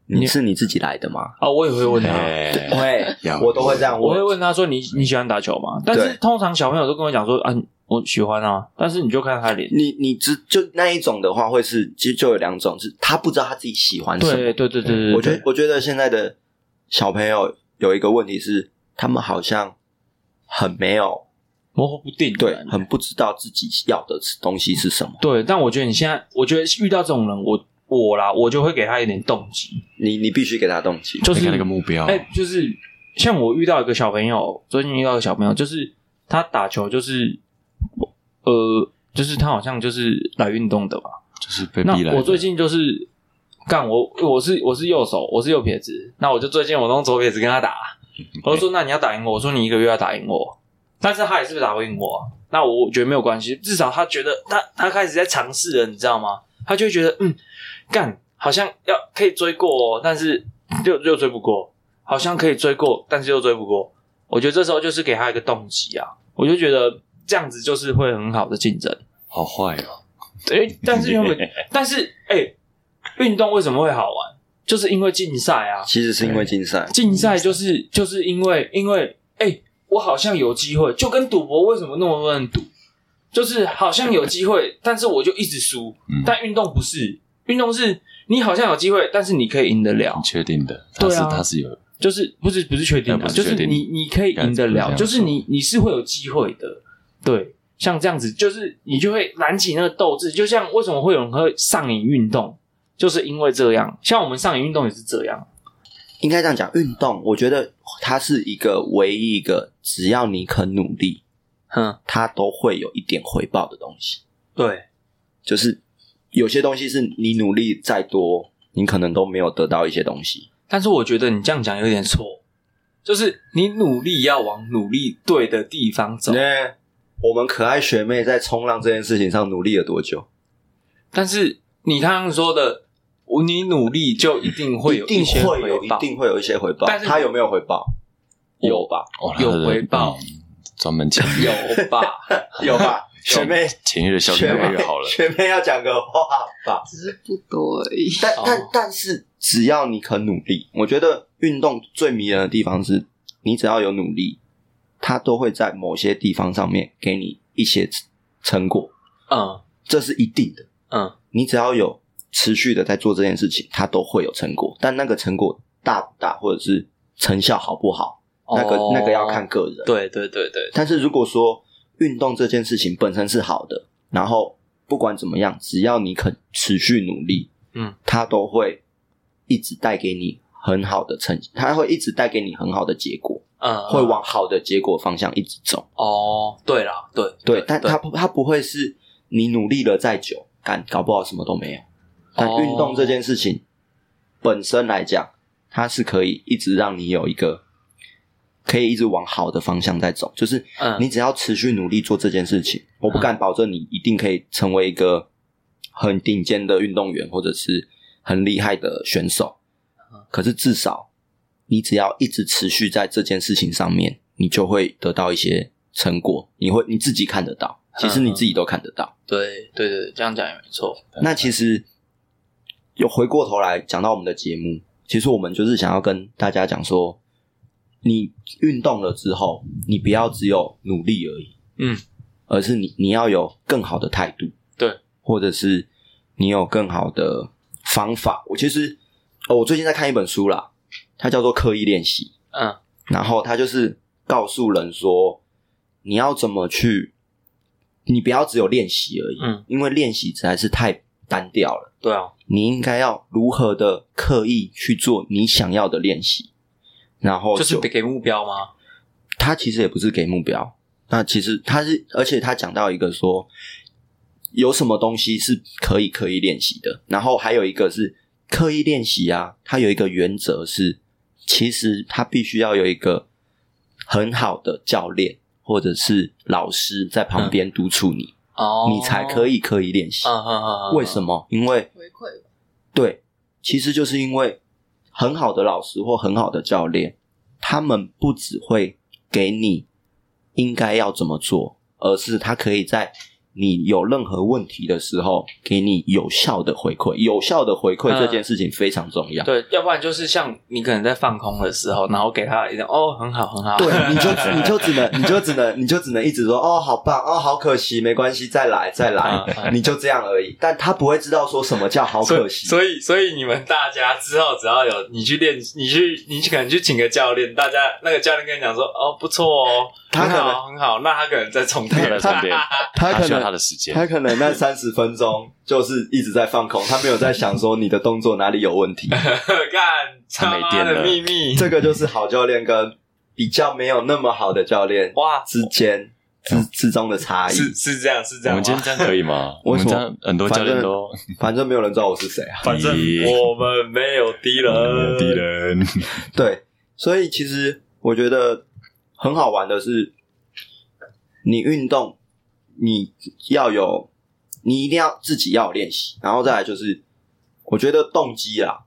[SPEAKER 1] 你是你自己来的吗
[SPEAKER 2] 啊，我也会问他，
[SPEAKER 3] 哎，
[SPEAKER 1] 会
[SPEAKER 3] 要，
[SPEAKER 1] 我都会这样
[SPEAKER 2] 我会
[SPEAKER 1] 问。
[SPEAKER 2] 问他说你你喜欢打球吗？但是
[SPEAKER 1] 对
[SPEAKER 2] 通常小朋友都跟我讲说啊，我喜欢啊，但是你就看他脸。
[SPEAKER 1] 你你只就那一种的话，会是其实就有两种，是他不知道他自己喜欢什么
[SPEAKER 2] 对。对对对对，
[SPEAKER 1] 我觉得
[SPEAKER 2] 对
[SPEAKER 1] 我觉得现在的小朋友有一个问题是，他们好像很没有
[SPEAKER 2] 模糊不定，
[SPEAKER 1] 对，很不知道自己要的东西是什么。
[SPEAKER 2] 对。但我觉得你现在，我觉得遇到这种人，我我啦，我就会给他一点动机，
[SPEAKER 1] 你你必须给他动机。
[SPEAKER 2] 就是
[SPEAKER 3] 给他一个目标，
[SPEAKER 2] 哎、就是像我遇到一个小朋友，最近遇到一个小朋友，就是他打球就是呃，就是他好像就是来运动的吧。
[SPEAKER 3] 就是被
[SPEAKER 2] 那
[SPEAKER 3] 逼来的。
[SPEAKER 2] 我最近就是干我我是我是右手，我是右撇子，那我就最近我用左撇子跟
[SPEAKER 3] (laughs)
[SPEAKER 2] 他打，我就说那你要打赢我，我说你一个月要打赢我，但是他也是打不赢我啊、那我觉得没有关系，至少他觉得他他开始在尝试了，你知道吗？他就会觉得嗯，干好像要可以追过、哦，但是又又追不过，好像可以追过，但是又追不过。我觉得这时候就是给他一个动机啊，我就觉得这样子就是会很好的竞争。
[SPEAKER 3] 好坏哦，
[SPEAKER 2] 诶，但是原本，但是哎，运、动为什么会好玩？就是因为竞赛啊！
[SPEAKER 1] 其实是因为竞赛，
[SPEAKER 2] 竞赛就是就是因为因为哎、我好像有机会，就跟赌博为什么那么多人赌，就是好像有机会， (laughs) 但是我就一直输。
[SPEAKER 3] (laughs) 嗯
[SPEAKER 2] 但运动不是，运动是你好像有机会，但是你可以赢得了
[SPEAKER 3] 你，确定的？他
[SPEAKER 2] 对
[SPEAKER 3] 是
[SPEAKER 2] 啊
[SPEAKER 3] 他是有
[SPEAKER 2] 就是不是不是确定的、
[SPEAKER 3] 呃不是
[SPEAKER 2] 就
[SPEAKER 3] 确
[SPEAKER 2] 是
[SPEAKER 3] 定
[SPEAKER 2] 你你可以赢得
[SPEAKER 3] 该怎么
[SPEAKER 2] 了，
[SPEAKER 3] 样
[SPEAKER 2] 就是你你是会有机会的，对。像这样子，就是你就会燃起那个斗志，就像为什么会有人会上瘾运动，就是因为这样。像我们上瘾运动也是这样，
[SPEAKER 1] 应该这样讲。运动，我觉得它是一个唯一一个，只要你肯努力，
[SPEAKER 2] 嗯，
[SPEAKER 1] 它都会有一点回报的东西。
[SPEAKER 2] 对，
[SPEAKER 1] 就是有些东西是你努力再多，你可能都没有得到一些东西。
[SPEAKER 2] 但是我觉得你这样讲有点错，就是你努力要往努力对的地方走，
[SPEAKER 1] 那我们可爱学妹在冲浪这件事情上努力了多久？
[SPEAKER 2] 但是你刚刚说的，你努力就一定会
[SPEAKER 1] 一
[SPEAKER 2] 有
[SPEAKER 1] 定
[SPEAKER 2] 些
[SPEAKER 1] 会
[SPEAKER 2] 回
[SPEAKER 1] 有，一
[SPEAKER 2] 报，
[SPEAKER 1] 定会有一些回报。
[SPEAKER 2] 但是
[SPEAKER 1] 他有没有回报？有吧，
[SPEAKER 3] 哦
[SPEAKER 2] 有
[SPEAKER 3] 他的
[SPEAKER 2] 回报
[SPEAKER 3] 嗯专门前日
[SPEAKER 2] 有
[SPEAKER 1] (laughs)
[SPEAKER 2] 吧？
[SPEAKER 1] 有吧，学妹，
[SPEAKER 3] 前日的效果越
[SPEAKER 1] 学
[SPEAKER 3] 来
[SPEAKER 1] 妹 (laughs)
[SPEAKER 3] 越好了。
[SPEAKER 1] 学妹要讲个话吧。
[SPEAKER 4] 只是不多而已。
[SPEAKER 1] 但
[SPEAKER 2] 哦
[SPEAKER 1] 但但是，只要你肯努力，我觉得运动最迷人的地方是，你只要有努力，它都会在某些地方上面给你一些成果，
[SPEAKER 2] 嗯
[SPEAKER 1] 这是一定的。
[SPEAKER 2] 嗯，
[SPEAKER 1] 你只要有持续的在做这件事情，它都会有成果。但那个成果大不大，或者是成效好不好，那个、
[SPEAKER 2] 哦
[SPEAKER 1] 那个要看个人。
[SPEAKER 2] 对对对对，
[SPEAKER 1] 但是如果说运动这件事情本身是好的，然后不管怎么样，只要你肯持续努力，
[SPEAKER 2] 嗯，
[SPEAKER 1] 它都会一直带给你很好的成，它会一直带给你很好的结果，
[SPEAKER 2] 嗯，
[SPEAKER 1] 会往好的结果方向一直走。
[SPEAKER 2] 哦，对啦，对
[SPEAKER 1] 对，但
[SPEAKER 2] 对
[SPEAKER 1] 它不，它不会是你努力了再久，干搞不好什么都没有。但
[SPEAKER 2] 哦
[SPEAKER 1] 运动这件事情本身来讲，它是可以一直让你有一个可以一直往好的方向在走，就是
[SPEAKER 2] 嗯
[SPEAKER 1] 你只要持续努力做这件事情，我不敢保证你一定可以成为一个很顶尖的运动员或者是很厉害的选手，可是至少你只要一直持续在这件事情上面，你就会得到一些成果，你会你自己看得到，其实你自己都看得到。
[SPEAKER 2] 对对对，这样讲也没错。
[SPEAKER 1] 那其实有回过头来讲到我们的节目，其实我们就是想要跟大家讲说，你运动了之后，你不要只有努力而已，
[SPEAKER 2] 嗯，
[SPEAKER 1] 而是你你要有更好的态度，
[SPEAKER 2] 对，
[SPEAKER 1] 或者是你有更好的方法。我其实、哦、我最近在看一本书啦，它叫做《刻意练习》，
[SPEAKER 2] 嗯
[SPEAKER 1] 然后他就是告诉人说，你要怎么去，你不要只有练习而已，
[SPEAKER 2] 嗯，
[SPEAKER 1] 因为练习实在是太单调了。
[SPEAKER 2] 对啊，
[SPEAKER 1] 你应该要如何的刻意去做你想要的练习，然后
[SPEAKER 2] 就是给目标吗？
[SPEAKER 1] 他其实也不是给目标，那其实他是，而且他讲到一个说，有什么东西是可以刻意练习的，然后还有一个是刻意练习啊，它有一个原则是，其实他必须要有一个很好的教练，或者是老师在旁
[SPEAKER 2] 嗯
[SPEAKER 1] 边督促你，
[SPEAKER 2] 哦，
[SPEAKER 1] 你才可
[SPEAKER 2] 以。
[SPEAKER 1] 以刻意练习。
[SPEAKER 2] 嗯哼哼，
[SPEAKER 1] 为什
[SPEAKER 2] 么？
[SPEAKER 1] 么？因为
[SPEAKER 4] 回馈吧。
[SPEAKER 1] 对，其实就是因为很好的老师或很好的教练，他们不只会给你应该要怎么做，而是他可以在你有任何问题的时候，给你有效的回馈。有效的回馈
[SPEAKER 2] 嗯
[SPEAKER 1] 这件事情非常重要。
[SPEAKER 2] 对，要不然就是像你可能在放空的时候，然后给他一种哦，很好，很好，
[SPEAKER 1] 对，你就你
[SPEAKER 2] (laughs)
[SPEAKER 1] 就只能你 (laughs) 就只能你就只能一直说哦，好棒哦，好可惜，没关系，再来再来，
[SPEAKER 2] 嗯嗯
[SPEAKER 1] 你就这样而已。但他不会知道说什么叫好可惜。
[SPEAKER 2] 所以，所以你们大家之后只要有你去练，你去你可能去请个教练，大家那个教练跟你讲说，哦，不错哦，
[SPEAKER 1] 他
[SPEAKER 2] 很
[SPEAKER 1] 可能
[SPEAKER 2] 好很好，那他可能再充电了，
[SPEAKER 3] 再充电
[SPEAKER 1] 啊他
[SPEAKER 3] 他需要他的时间，
[SPEAKER 1] 他可能那三十分钟就是一直在放空，他没有在想说你的动作哪里有问
[SPEAKER 3] (laughs)
[SPEAKER 1] 题。
[SPEAKER 2] (laughs) 干
[SPEAKER 3] 他
[SPEAKER 2] 他
[SPEAKER 3] 没
[SPEAKER 2] 妈
[SPEAKER 3] 电
[SPEAKER 2] 的
[SPEAKER 3] 了
[SPEAKER 2] 秘密，
[SPEAKER 1] 这个就是好教练跟比较没有那么好的教练
[SPEAKER 2] 哇，
[SPEAKER 1] 之间之
[SPEAKER 3] 嗯
[SPEAKER 1] 之中的差异。
[SPEAKER 2] 是是这样，是这
[SPEAKER 3] 我
[SPEAKER 2] 样吗。
[SPEAKER 3] 们今天这样可以吗？我
[SPEAKER 1] 为什
[SPEAKER 3] 们
[SPEAKER 1] 么
[SPEAKER 3] 这样很多教练都
[SPEAKER 1] (laughs) 反正没有人知道我是谁啊。
[SPEAKER 2] (laughs) 反正
[SPEAKER 3] 咦
[SPEAKER 2] 我们没有敌人，
[SPEAKER 3] 敌
[SPEAKER 1] (laughs)
[SPEAKER 3] 人，
[SPEAKER 1] 对，所以其实我觉得很好玩的是，你运动你要有，你一定要自己要有练习，然后再来就是，我觉得动机啦，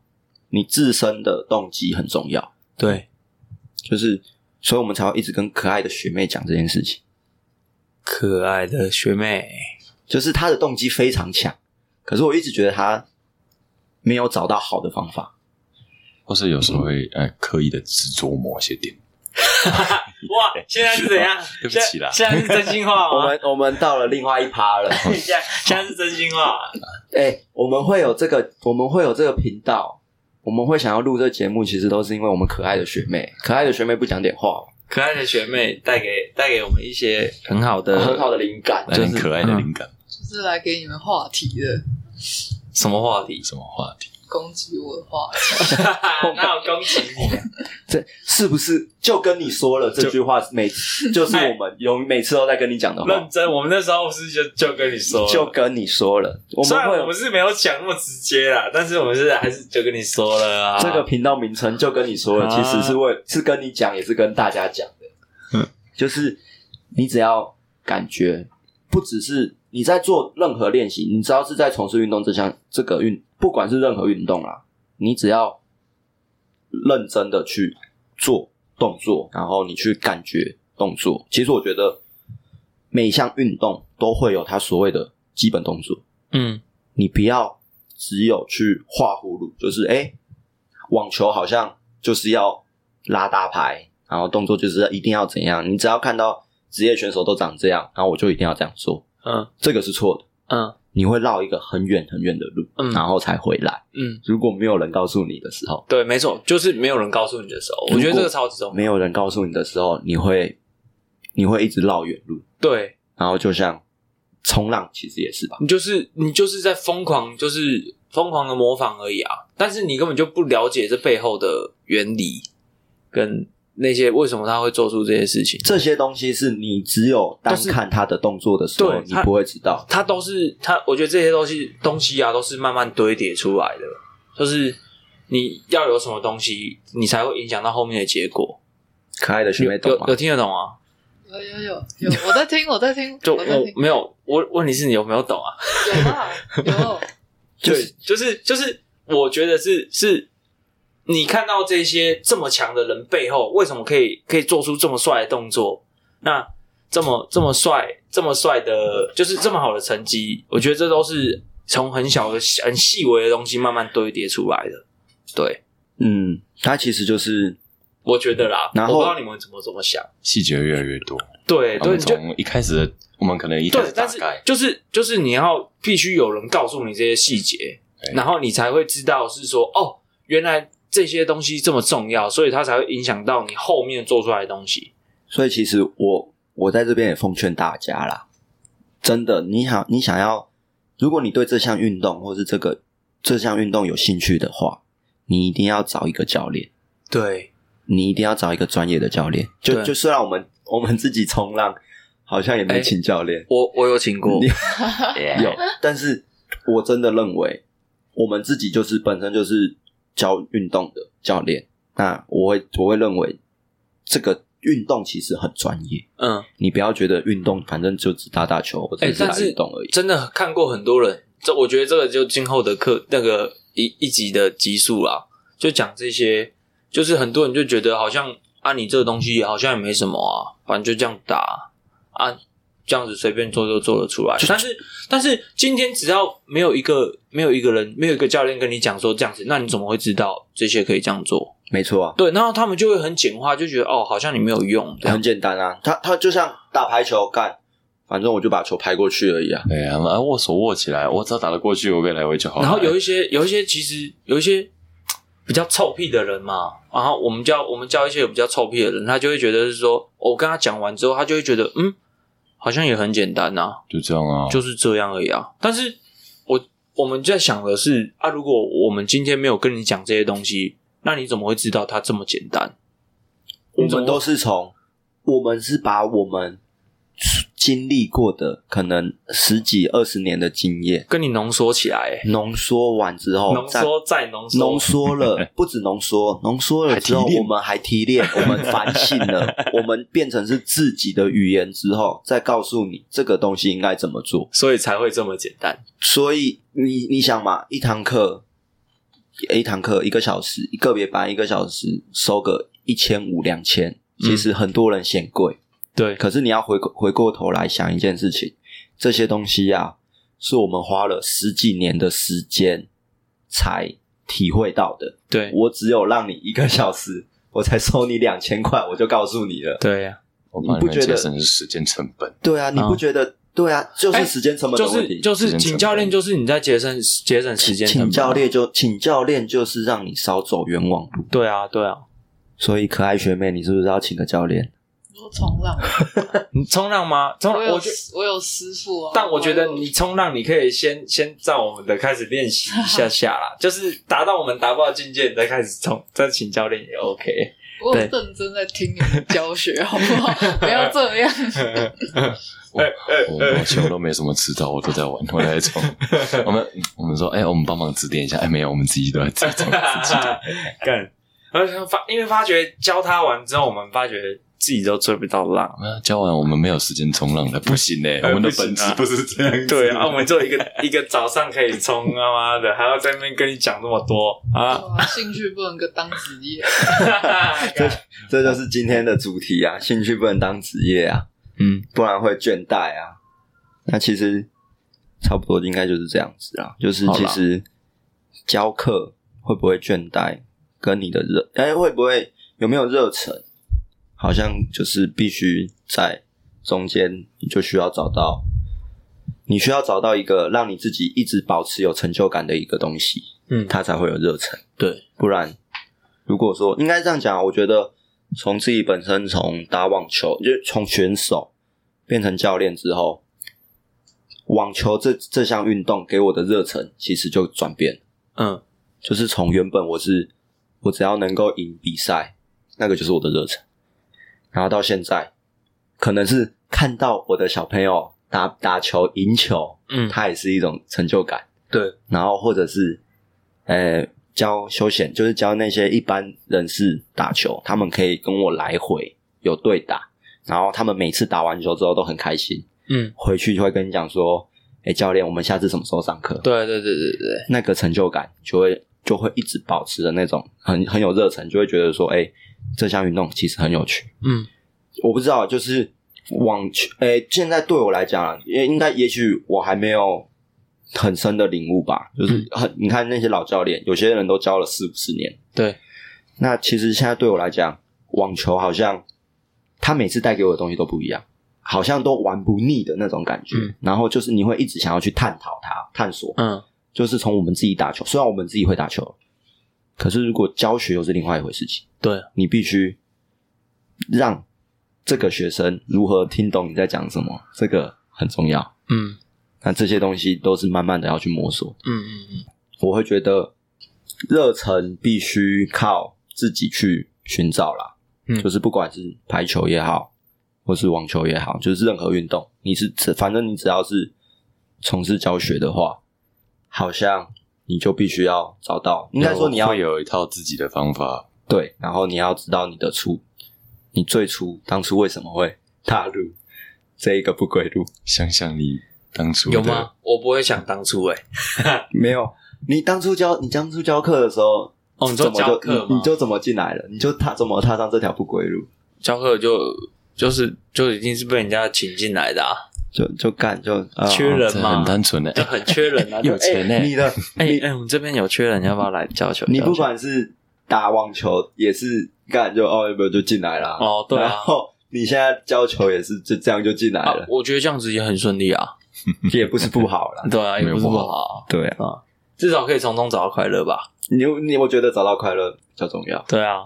[SPEAKER 1] 你自身的动机很重要。
[SPEAKER 2] 对，
[SPEAKER 1] 就是，所以我们才会一直跟可爱的学妹讲这件事情。
[SPEAKER 2] 可爱的学妹，
[SPEAKER 1] 就是她的动机非常强，可是我一直觉得她没有找到好的方法。
[SPEAKER 3] 或是有时候会呃刻意的执着某些点。
[SPEAKER 2] 哇，现在是怎 (laughs) 样？
[SPEAKER 3] 对不起啦
[SPEAKER 2] 现在现在是真心 (laughs) 话
[SPEAKER 1] 我
[SPEAKER 2] 吗？
[SPEAKER 1] 们我们到了另外一趴了， (laughs)
[SPEAKER 2] 现在现在是真心话，
[SPEAKER 1] 哎、我们会有这个，我们会有这个频道，我们会想要录这节目，其实都是因为我们可爱的学妹，可爱的学妹不讲点话，哦
[SPEAKER 2] 可爱的学妹带给带给我们一些很好的
[SPEAKER 1] (laughs) 很好的灵感。
[SPEAKER 3] 来点可爱的灵感，
[SPEAKER 4] 就是来给你们话题的，
[SPEAKER 2] 什么话题？
[SPEAKER 3] 什么话题？
[SPEAKER 4] 攻击我的话题，
[SPEAKER 2] (laughs) 那我恭喜你， (laughs)
[SPEAKER 1] 这是不是就跟你说了这句话，每就是
[SPEAKER 2] 哎
[SPEAKER 1] 我们有每次都在跟你讲的话
[SPEAKER 2] 认，真。我们那时候是就就跟你说了，
[SPEAKER 1] 就跟你说了，我
[SPEAKER 2] 虽
[SPEAKER 1] 们
[SPEAKER 2] 然
[SPEAKER 1] 会
[SPEAKER 2] 我
[SPEAKER 1] 有
[SPEAKER 2] 们是没有讲那么直接啦，但是我们是还是就跟你说了啊。
[SPEAKER 1] 这个频道名称就跟你说了，
[SPEAKER 2] 啊
[SPEAKER 1] 其实是为是跟你讲，也是跟大家讲的。就是你只要感觉，不只是你在做任何练习，你只要是在从事运动这项这个运，不管是任何运动啦，你只要认真的去做动作，然后你去感觉动作。其实我觉得每一项运动都会有它所谓的基本动作。
[SPEAKER 2] 嗯，
[SPEAKER 1] 你不要只有去画葫芦，就是哎、诶网球好像就是要拉大牌，然后动作就是一定要怎样。你只要看到职业选手都长这样，然后我就一定要这样做，
[SPEAKER 2] 嗯
[SPEAKER 1] 这个是错的。
[SPEAKER 2] 嗯
[SPEAKER 1] 你会绕一个很远很远的路，
[SPEAKER 2] 嗯
[SPEAKER 1] 然后才回来。
[SPEAKER 2] 嗯，
[SPEAKER 1] 如果没有人告诉你的时候，
[SPEAKER 2] 对，没错，就是没有人告诉你的时候，我觉得这个超级重要。
[SPEAKER 1] 没有人告诉你的时候，你会你会一直绕远路，
[SPEAKER 2] 对
[SPEAKER 1] 然后就像冲浪其实也是吧。
[SPEAKER 2] 你就是你就是在疯狂，就是疯狂的模仿而已啊。但是你根本就不了解这背后的原理跟那些为什么他会做出这些事情。
[SPEAKER 1] 这些东西是你只有单
[SPEAKER 2] 都是
[SPEAKER 1] 看他的动作的时候
[SPEAKER 2] 对，
[SPEAKER 1] 你
[SPEAKER 2] 他
[SPEAKER 1] 不会知道。
[SPEAKER 2] 它都是它，我觉得这些东西东西啊，都是慢慢堆叠出来的。就是你要有什么东西，你才会影响到后面的结果。
[SPEAKER 1] 可爱的学
[SPEAKER 2] 有
[SPEAKER 1] 妹懂吗
[SPEAKER 2] 有？有听得懂啊？
[SPEAKER 4] 有有有有，我在听，我在听，
[SPEAKER 2] 就
[SPEAKER 4] 我在听，
[SPEAKER 2] 我没有，我问题是你有没有懂啊？
[SPEAKER 4] 有啊有，
[SPEAKER 1] 就是
[SPEAKER 2] 对就是就是，我觉得是是，你看到这些这么强的人背后，为什么可以可以做出这么帅的动作？那这么这么帅，这么帅的，就是这么好的成绩，我觉得这都是从很小的很细微的东西慢慢堆叠出来的。对，
[SPEAKER 1] 嗯，它其实就是
[SPEAKER 2] 我觉得啦，
[SPEAKER 1] 然后
[SPEAKER 2] 我不知道你们怎么怎么想。
[SPEAKER 3] 细节越来越多。
[SPEAKER 2] 哎对
[SPEAKER 3] 我
[SPEAKER 2] 对，
[SPEAKER 3] 们
[SPEAKER 2] 就
[SPEAKER 3] 从一开始的，我们可能一开
[SPEAKER 2] 对
[SPEAKER 3] 始，大
[SPEAKER 2] 但是
[SPEAKER 3] 概
[SPEAKER 2] 就是就是你要必须有人告诉你这些细节
[SPEAKER 3] 对，
[SPEAKER 2] 然后你才会知道是说哦，原来这些东西这么重要，所以它才会影响到你后面做出来的东西。
[SPEAKER 1] 所以其实我我在这边也奉劝大家啦，真的，你想你想要，如果你对这项运动或是这个这项运动有兴趣的话，你一定要找一个教练，
[SPEAKER 2] 对，
[SPEAKER 1] 你一定要找一个专业的教练。就
[SPEAKER 2] 对
[SPEAKER 1] 就虽然我们我们自己冲浪好像也没
[SPEAKER 2] 哎
[SPEAKER 1] 请教练，
[SPEAKER 2] 我我有请过，
[SPEAKER 3] 哎
[SPEAKER 1] 有，但是我真的认为我们自己就是本身就是教运动的教练，那我会我会认为这个运动其实很专业，
[SPEAKER 2] 嗯，
[SPEAKER 1] 你不要觉得运动反正就只打打球或者
[SPEAKER 2] 哎、
[SPEAKER 1] 是
[SPEAKER 2] 但
[SPEAKER 1] 打
[SPEAKER 2] 是
[SPEAKER 1] 运动而已。
[SPEAKER 2] 真的看过很多人，这我觉得这个就今后的课那个一一集的集数啦，就讲这些，就是很多人就觉得好像啊，你这个东西好像也没什么啊，反正就这样打啊，这样子随便做就做得出来。但是但是今天只要没有一个没有一个人没有一个教练跟你讲说这样子，那你怎么会知道这些可以这样做？
[SPEAKER 1] 没错啊，
[SPEAKER 2] 对，然后他们就会很简化，就觉得哦，好像你没有用。这样
[SPEAKER 1] 很简单啊，他他就像打排球干，反正我就把球拍过去而已啊。
[SPEAKER 3] 对啊，啊握手握起来，我只要打得过去，我可以来回就好了。
[SPEAKER 2] 然后有
[SPEAKER 3] 一
[SPEAKER 2] 一些有一些其实有一些比较臭屁的人嘛，然后我们教我们教一些有比较臭屁的人，他就会觉得是说，我跟他讲完之后，他就会觉得嗯，好像也很简单呐、
[SPEAKER 3] 就这样啊，
[SPEAKER 2] 就是这样而已啊。但是我我们在想的是啊，如果我们今天没有跟你讲这些东西，那你怎么会知道它这么简单？
[SPEAKER 1] 我
[SPEAKER 2] 你怎么
[SPEAKER 1] 们都是从，我们是把我们经历过的可能十几二十年的经验
[SPEAKER 2] 跟你浓缩起来、
[SPEAKER 1] 浓缩完之后，
[SPEAKER 2] 浓
[SPEAKER 1] 哦再
[SPEAKER 2] 缩再浓缩，
[SPEAKER 1] 浓缩了，
[SPEAKER 3] (laughs)
[SPEAKER 1] 不止浓缩，浓缩了之后，
[SPEAKER 3] 还提炼
[SPEAKER 1] 我们还提炼，我们
[SPEAKER 3] (laughs)
[SPEAKER 1] 反省了，我们变成是自己的语言之后，再告诉你这个东西应该怎么做。
[SPEAKER 2] 所以才会这么简单。
[SPEAKER 1] 所以你你想嘛，一堂课，一堂课一个小时，个别班一个小时，收个一千五两千，
[SPEAKER 3] 嗯
[SPEAKER 1] 其实很多人嫌贵，
[SPEAKER 2] 对，
[SPEAKER 1] 可是你要回回过头来想一件事情，这些东西呀、是我们花了十几年的时间才体会到的。
[SPEAKER 2] 对，
[SPEAKER 1] 我只有让你一个小时，我才收你两千块，我就告诉你了。
[SPEAKER 2] 对啊呀、
[SPEAKER 3] 我帮你
[SPEAKER 1] 你
[SPEAKER 3] 们
[SPEAKER 1] 不觉得
[SPEAKER 3] 节省是时间成
[SPEAKER 2] (laughs)
[SPEAKER 3] 本。
[SPEAKER 1] 对啊，
[SPEAKER 2] 嗯
[SPEAKER 1] 你不觉得？对啊，就是
[SPEAKER 2] 哎
[SPEAKER 1] 时间成本的
[SPEAKER 2] 就
[SPEAKER 1] 问
[SPEAKER 2] 是
[SPEAKER 1] 题。
[SPEAKER 2] 就
[SPEAKER 3] 时
[SPEAKER 2] 是，
[SPEAKER 3] 间成
[SPEAKER 2] 请
[SPEAKER 3] 本
[SPEAKER 2] 教练就是你在节省节省时间成本
[SPEAKER 1] 请
[SPEAKER 2] 啊，
[SPEAKER 1] 教练就请教练就是让你少走冤枉路。
[SPEAKER 2] 对啊，对啊，
[SPEAKER 1] 所以，可爱学妹，你是不是要请个教练？
[SPEAKER 4] 我冲浪，
[SPEAKER 2] 你冲浪吗？冲
[SPEAKER 4] (laughs) 我有
[SPEAKER 2] 我觉，
[SPEAKER 4] 我有师傅啊。
[SPEAKER 2] 但我觉得
[SPEAKER 4] 有
[SPEAKER 2] 你冲浪，你可以先先照我们的开始练习一下下 (laughs) 啦，就是达到我们达不到境界，你再开始冲，再请教练也 OK。 (laughs)
[SPEAKER 4] 我有
[SPEAKER 2] 对
[SPEAKER 4] 认真在听你们教学，好不
[SPEAKER 2] (laughs)
[SPEAKER 4] 好？不要这样。
[SPEAKER 2] 哎
[SPEAKER 3] 我我球都没什么吃到，我都在玩，我
[SPEAKER 2] (laughs)
[SPEAKER 3] 在冲。我们我们说，哎，我们帮忙指点一下，哎，没有，我们自己都在自
[SPEAKER 2] (laughs)
[SPEAKER 3] 己冲。
[SPEAKER 2] 干，而且发，因为发觉教他完之后，我们发觉自己都追不到浪。
[SPEAKER 3] 我们教完，我们没有时间冲浪了，不行嘞，我们的
[SPEAKER 2] 不行
[SPEAKER 3] 本质
[SPEAKER 2] 啊
[SPEAKER 3] 不是这样子。
[SPEAKER 2] 对 (laughs) 啊，我们就一个一个早上可以冲，他妈的还要在那边跟你讲那么多 (laughs) 啊！
[SPEAKER 4] 哇兴趣不能跟当职业，
[SPEAKER 1] 这就是今天的主题啊！兴趣不能当职业啊，
[SPEAKER 2] 哦嗯，
[SPEAKER 1] 不然会倦怠啊。那其实差不多应该就是这样子啦，就是
[SPEAKER 2] 好啦
[SPEAKER 1] 其实教课会不会倦怠，跟你的热哎会不会有没有热忱，好像就是必须在中间，你就需要找到，你需要找到一个让你自己一直保持有成就感的一个东西，
[SPEAKER 2] 嗯
[SPEAKER 1] 它才会有热忱。
[SPEAKER 2] 对，
[SPEAKER 1] 不然如果说应该这样讲，啊我觉得从自己本身从打网球，就是从选手变成教练之后，网球这这项运动给我的热忱其实就转变了，
[SPEAKER 2] 嗯，
[SPEAKER 1] 就是从原本我是我只要能够赢比赛，那个就是我的热忱，然后到现在可能是看到我的小朋友打打球赢球，
[SPEAKER 2] 嗯
[SPEAKER 1] 它也是一种成就感。
[SPEAKER 2] 对，
[SPEAKER 1] 然后或者是呃教休闲，就是教那些一般人士打球，他们可以跟我来回有对打，然后他们每次打完球之后都很开心，
[SPEAKER 2] 嗯，
[SPEAKER 1] 回去就会跟你讲说：“哎，教练，我们下次什么时候上课
[SPEAKER 2] 对对对对对，？”
[SPEAKER 1] 那个成就感就会就会一直保持的那种很很有热忱，就会觉得说：“哎，这项运动其实很有趣。”
[SPEAKER 2] 嗯
[SPEAKER 1] 我不知道，就是网球，诶、现在对我来讲啊，也应该，也许我还没有很深的领悟吧。就是
[SPEAKER 2] 嗯
[SPEAKER 1] 很，你看那些老教练，有些人都教了四五十年。
[SPEAKER 2] 对，
[SPEAKER 1] 那其实现在对我来讲，网球好像他每次带给我的东西都不一样，好像都玩不腻的那种感觉。
[SPEAKER 2] 嗯
[SPEAKER 1] 然后就是你会一直想要去探讨它，探索。
[SPEAKER 2] 嗯，
[SPEAKER 1] 就是从我们自己打球，虽然我们自己会打球，可是如果教学又是另外一回事情。
[SPEAKER 2] 对，
[SPEAKER 1] 你必须让这个学生如何听懂你在讲什么，这个很重要。
[SPEAKER 2] 嗯
[SPEAKER 1] 那这些东西都是慢慢的要去摸索。
[SPEAKER 2] 嗯嗯嗯，
[SPEAKER 1] 我会觉得热忱必须靠自己去寻找啦。
[SPEAKER 2] 嗯
[SPEAKER 1] 就是不管是排球也好，或是网球也好，就是任何运动，你是反正你只要是从事教学的话，好像你就必须要找到，应该说你要
[SPEAKER 3] 会有一套自己的方法，
[SPEAKER 1] 对，然后你要知道你的出你最初当初为什么会踏入这一个不归路？
[SPEAKER 3] 想想你当初
[SPEAKER 2] 有
[SPEAKER 3] 的
[SPEAKER 2] 吗？？我不会想当初哎、欸
[SPEAKER 1] 没有，你当初教你当初教课的时候，
[SPEAKER 2] 哦，你说
[SPEAKER 1] 怎么
[SPEAKER 2] 教
[SPEAKER 1] 就
[SPEAKER 2] 课
[SPEAKER 1] 你
[SPEAKER 2] 吗
[SPEAKER 1] 你？就怎么进来了？你就踏怎么踏上这条不归路？
[SPEAKER 2] 教课就就是就一定是被人家请进来 (laughs) 的啊，
[SPEAKER 1] 就就干就、啊
[SPEAKER 2] 缺
[SPEAKER 1] 啊
[SPEAKER 2] 人
[SPEAKER 3] 这
[SPEAKER 2] 嘛
[SPEAKER 3] 很单纯的、哎
[SPEAKER 2] 就很缺人啊。
[SPEAKER 3] 有
[SPEAKER 2] 就
[SPEAKER 3] 钱呢、
[SPEAKER 1] 你的
[SPEAKER 2] 哎哎哎，我们这边有缺人，要不要来教球？
[SPEAKER 1] 欸你
[SPEAKER 2] 教球
[SPEAKER 1] 不管是打网球也是干就哦，有没有就进来了？
[SPEAKER 2] 哦对啊
[SPEAKER 1] 然后你现在教球也是就这样就进来
[SPEAKER 2] 啊
[SPEAKER 1] 了，，
[SPEAKER 2] 我觉得这样子也很顺利啊。
[SPEAKER 1] (laughs) 也不是不好
[SPEAKER 2] (laughs)
[SPEAKER 1] 啦。
[SPEAKER 2] 对啊，也
[SPEAKER 3] 没有
[SPEAKER 2] 不是
[SPEAKER 3] 不
[SPEAKER 2] 不
[SPEAKER 3] 好
[SPEAKER 2] 好啊，
[SPEAKER 1] 对啊，
[SPEAKER 2] 至少可以从中找到快乐吧。
[SPEAKER 1] 你你我觉得找到快乐比较重要。
[SPEAKER 2] 对啊，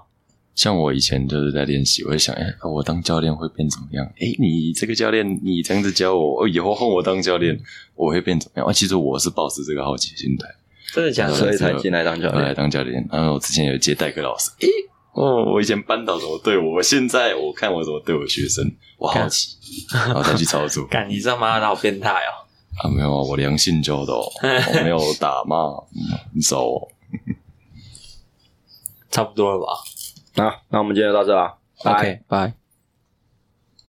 [SPEAKER 3] 像我以前就是在练习，我就想，哎、啊我当教练会变怎么样？哎、你这个教练，你这样子教我，哦，以后换我当教练，我会变怎么样？啊，其实我是保持这个好奇心态，
[SPEAKER 2] 真的假
[SPEAKER 1] 所
[SPEAKER 2] 的？
[SPEAKER 1] 以才进来当教练
[SPEAKER 3] 后来
[SPEAKER 2] 啊
[SPEAKER 3] 当教练。然后我之前有接代课老师，哎、哦，我以前班导怎么对我，现在我看我怎么对我学生，我好奇，然后再去操作。
[SPEAKER 2] 干，你知道吗？他好变态哦！
[SPEAKER 3] 啊，没有啊，我良性教的、哦，我没有打骂，嗯你走、哦。
[SPEAKER 2] 差不多了吧
[SPEAKER 1] 那那我们今天就到这啦，拜。
[SPEAKER 2] ？OK，拜。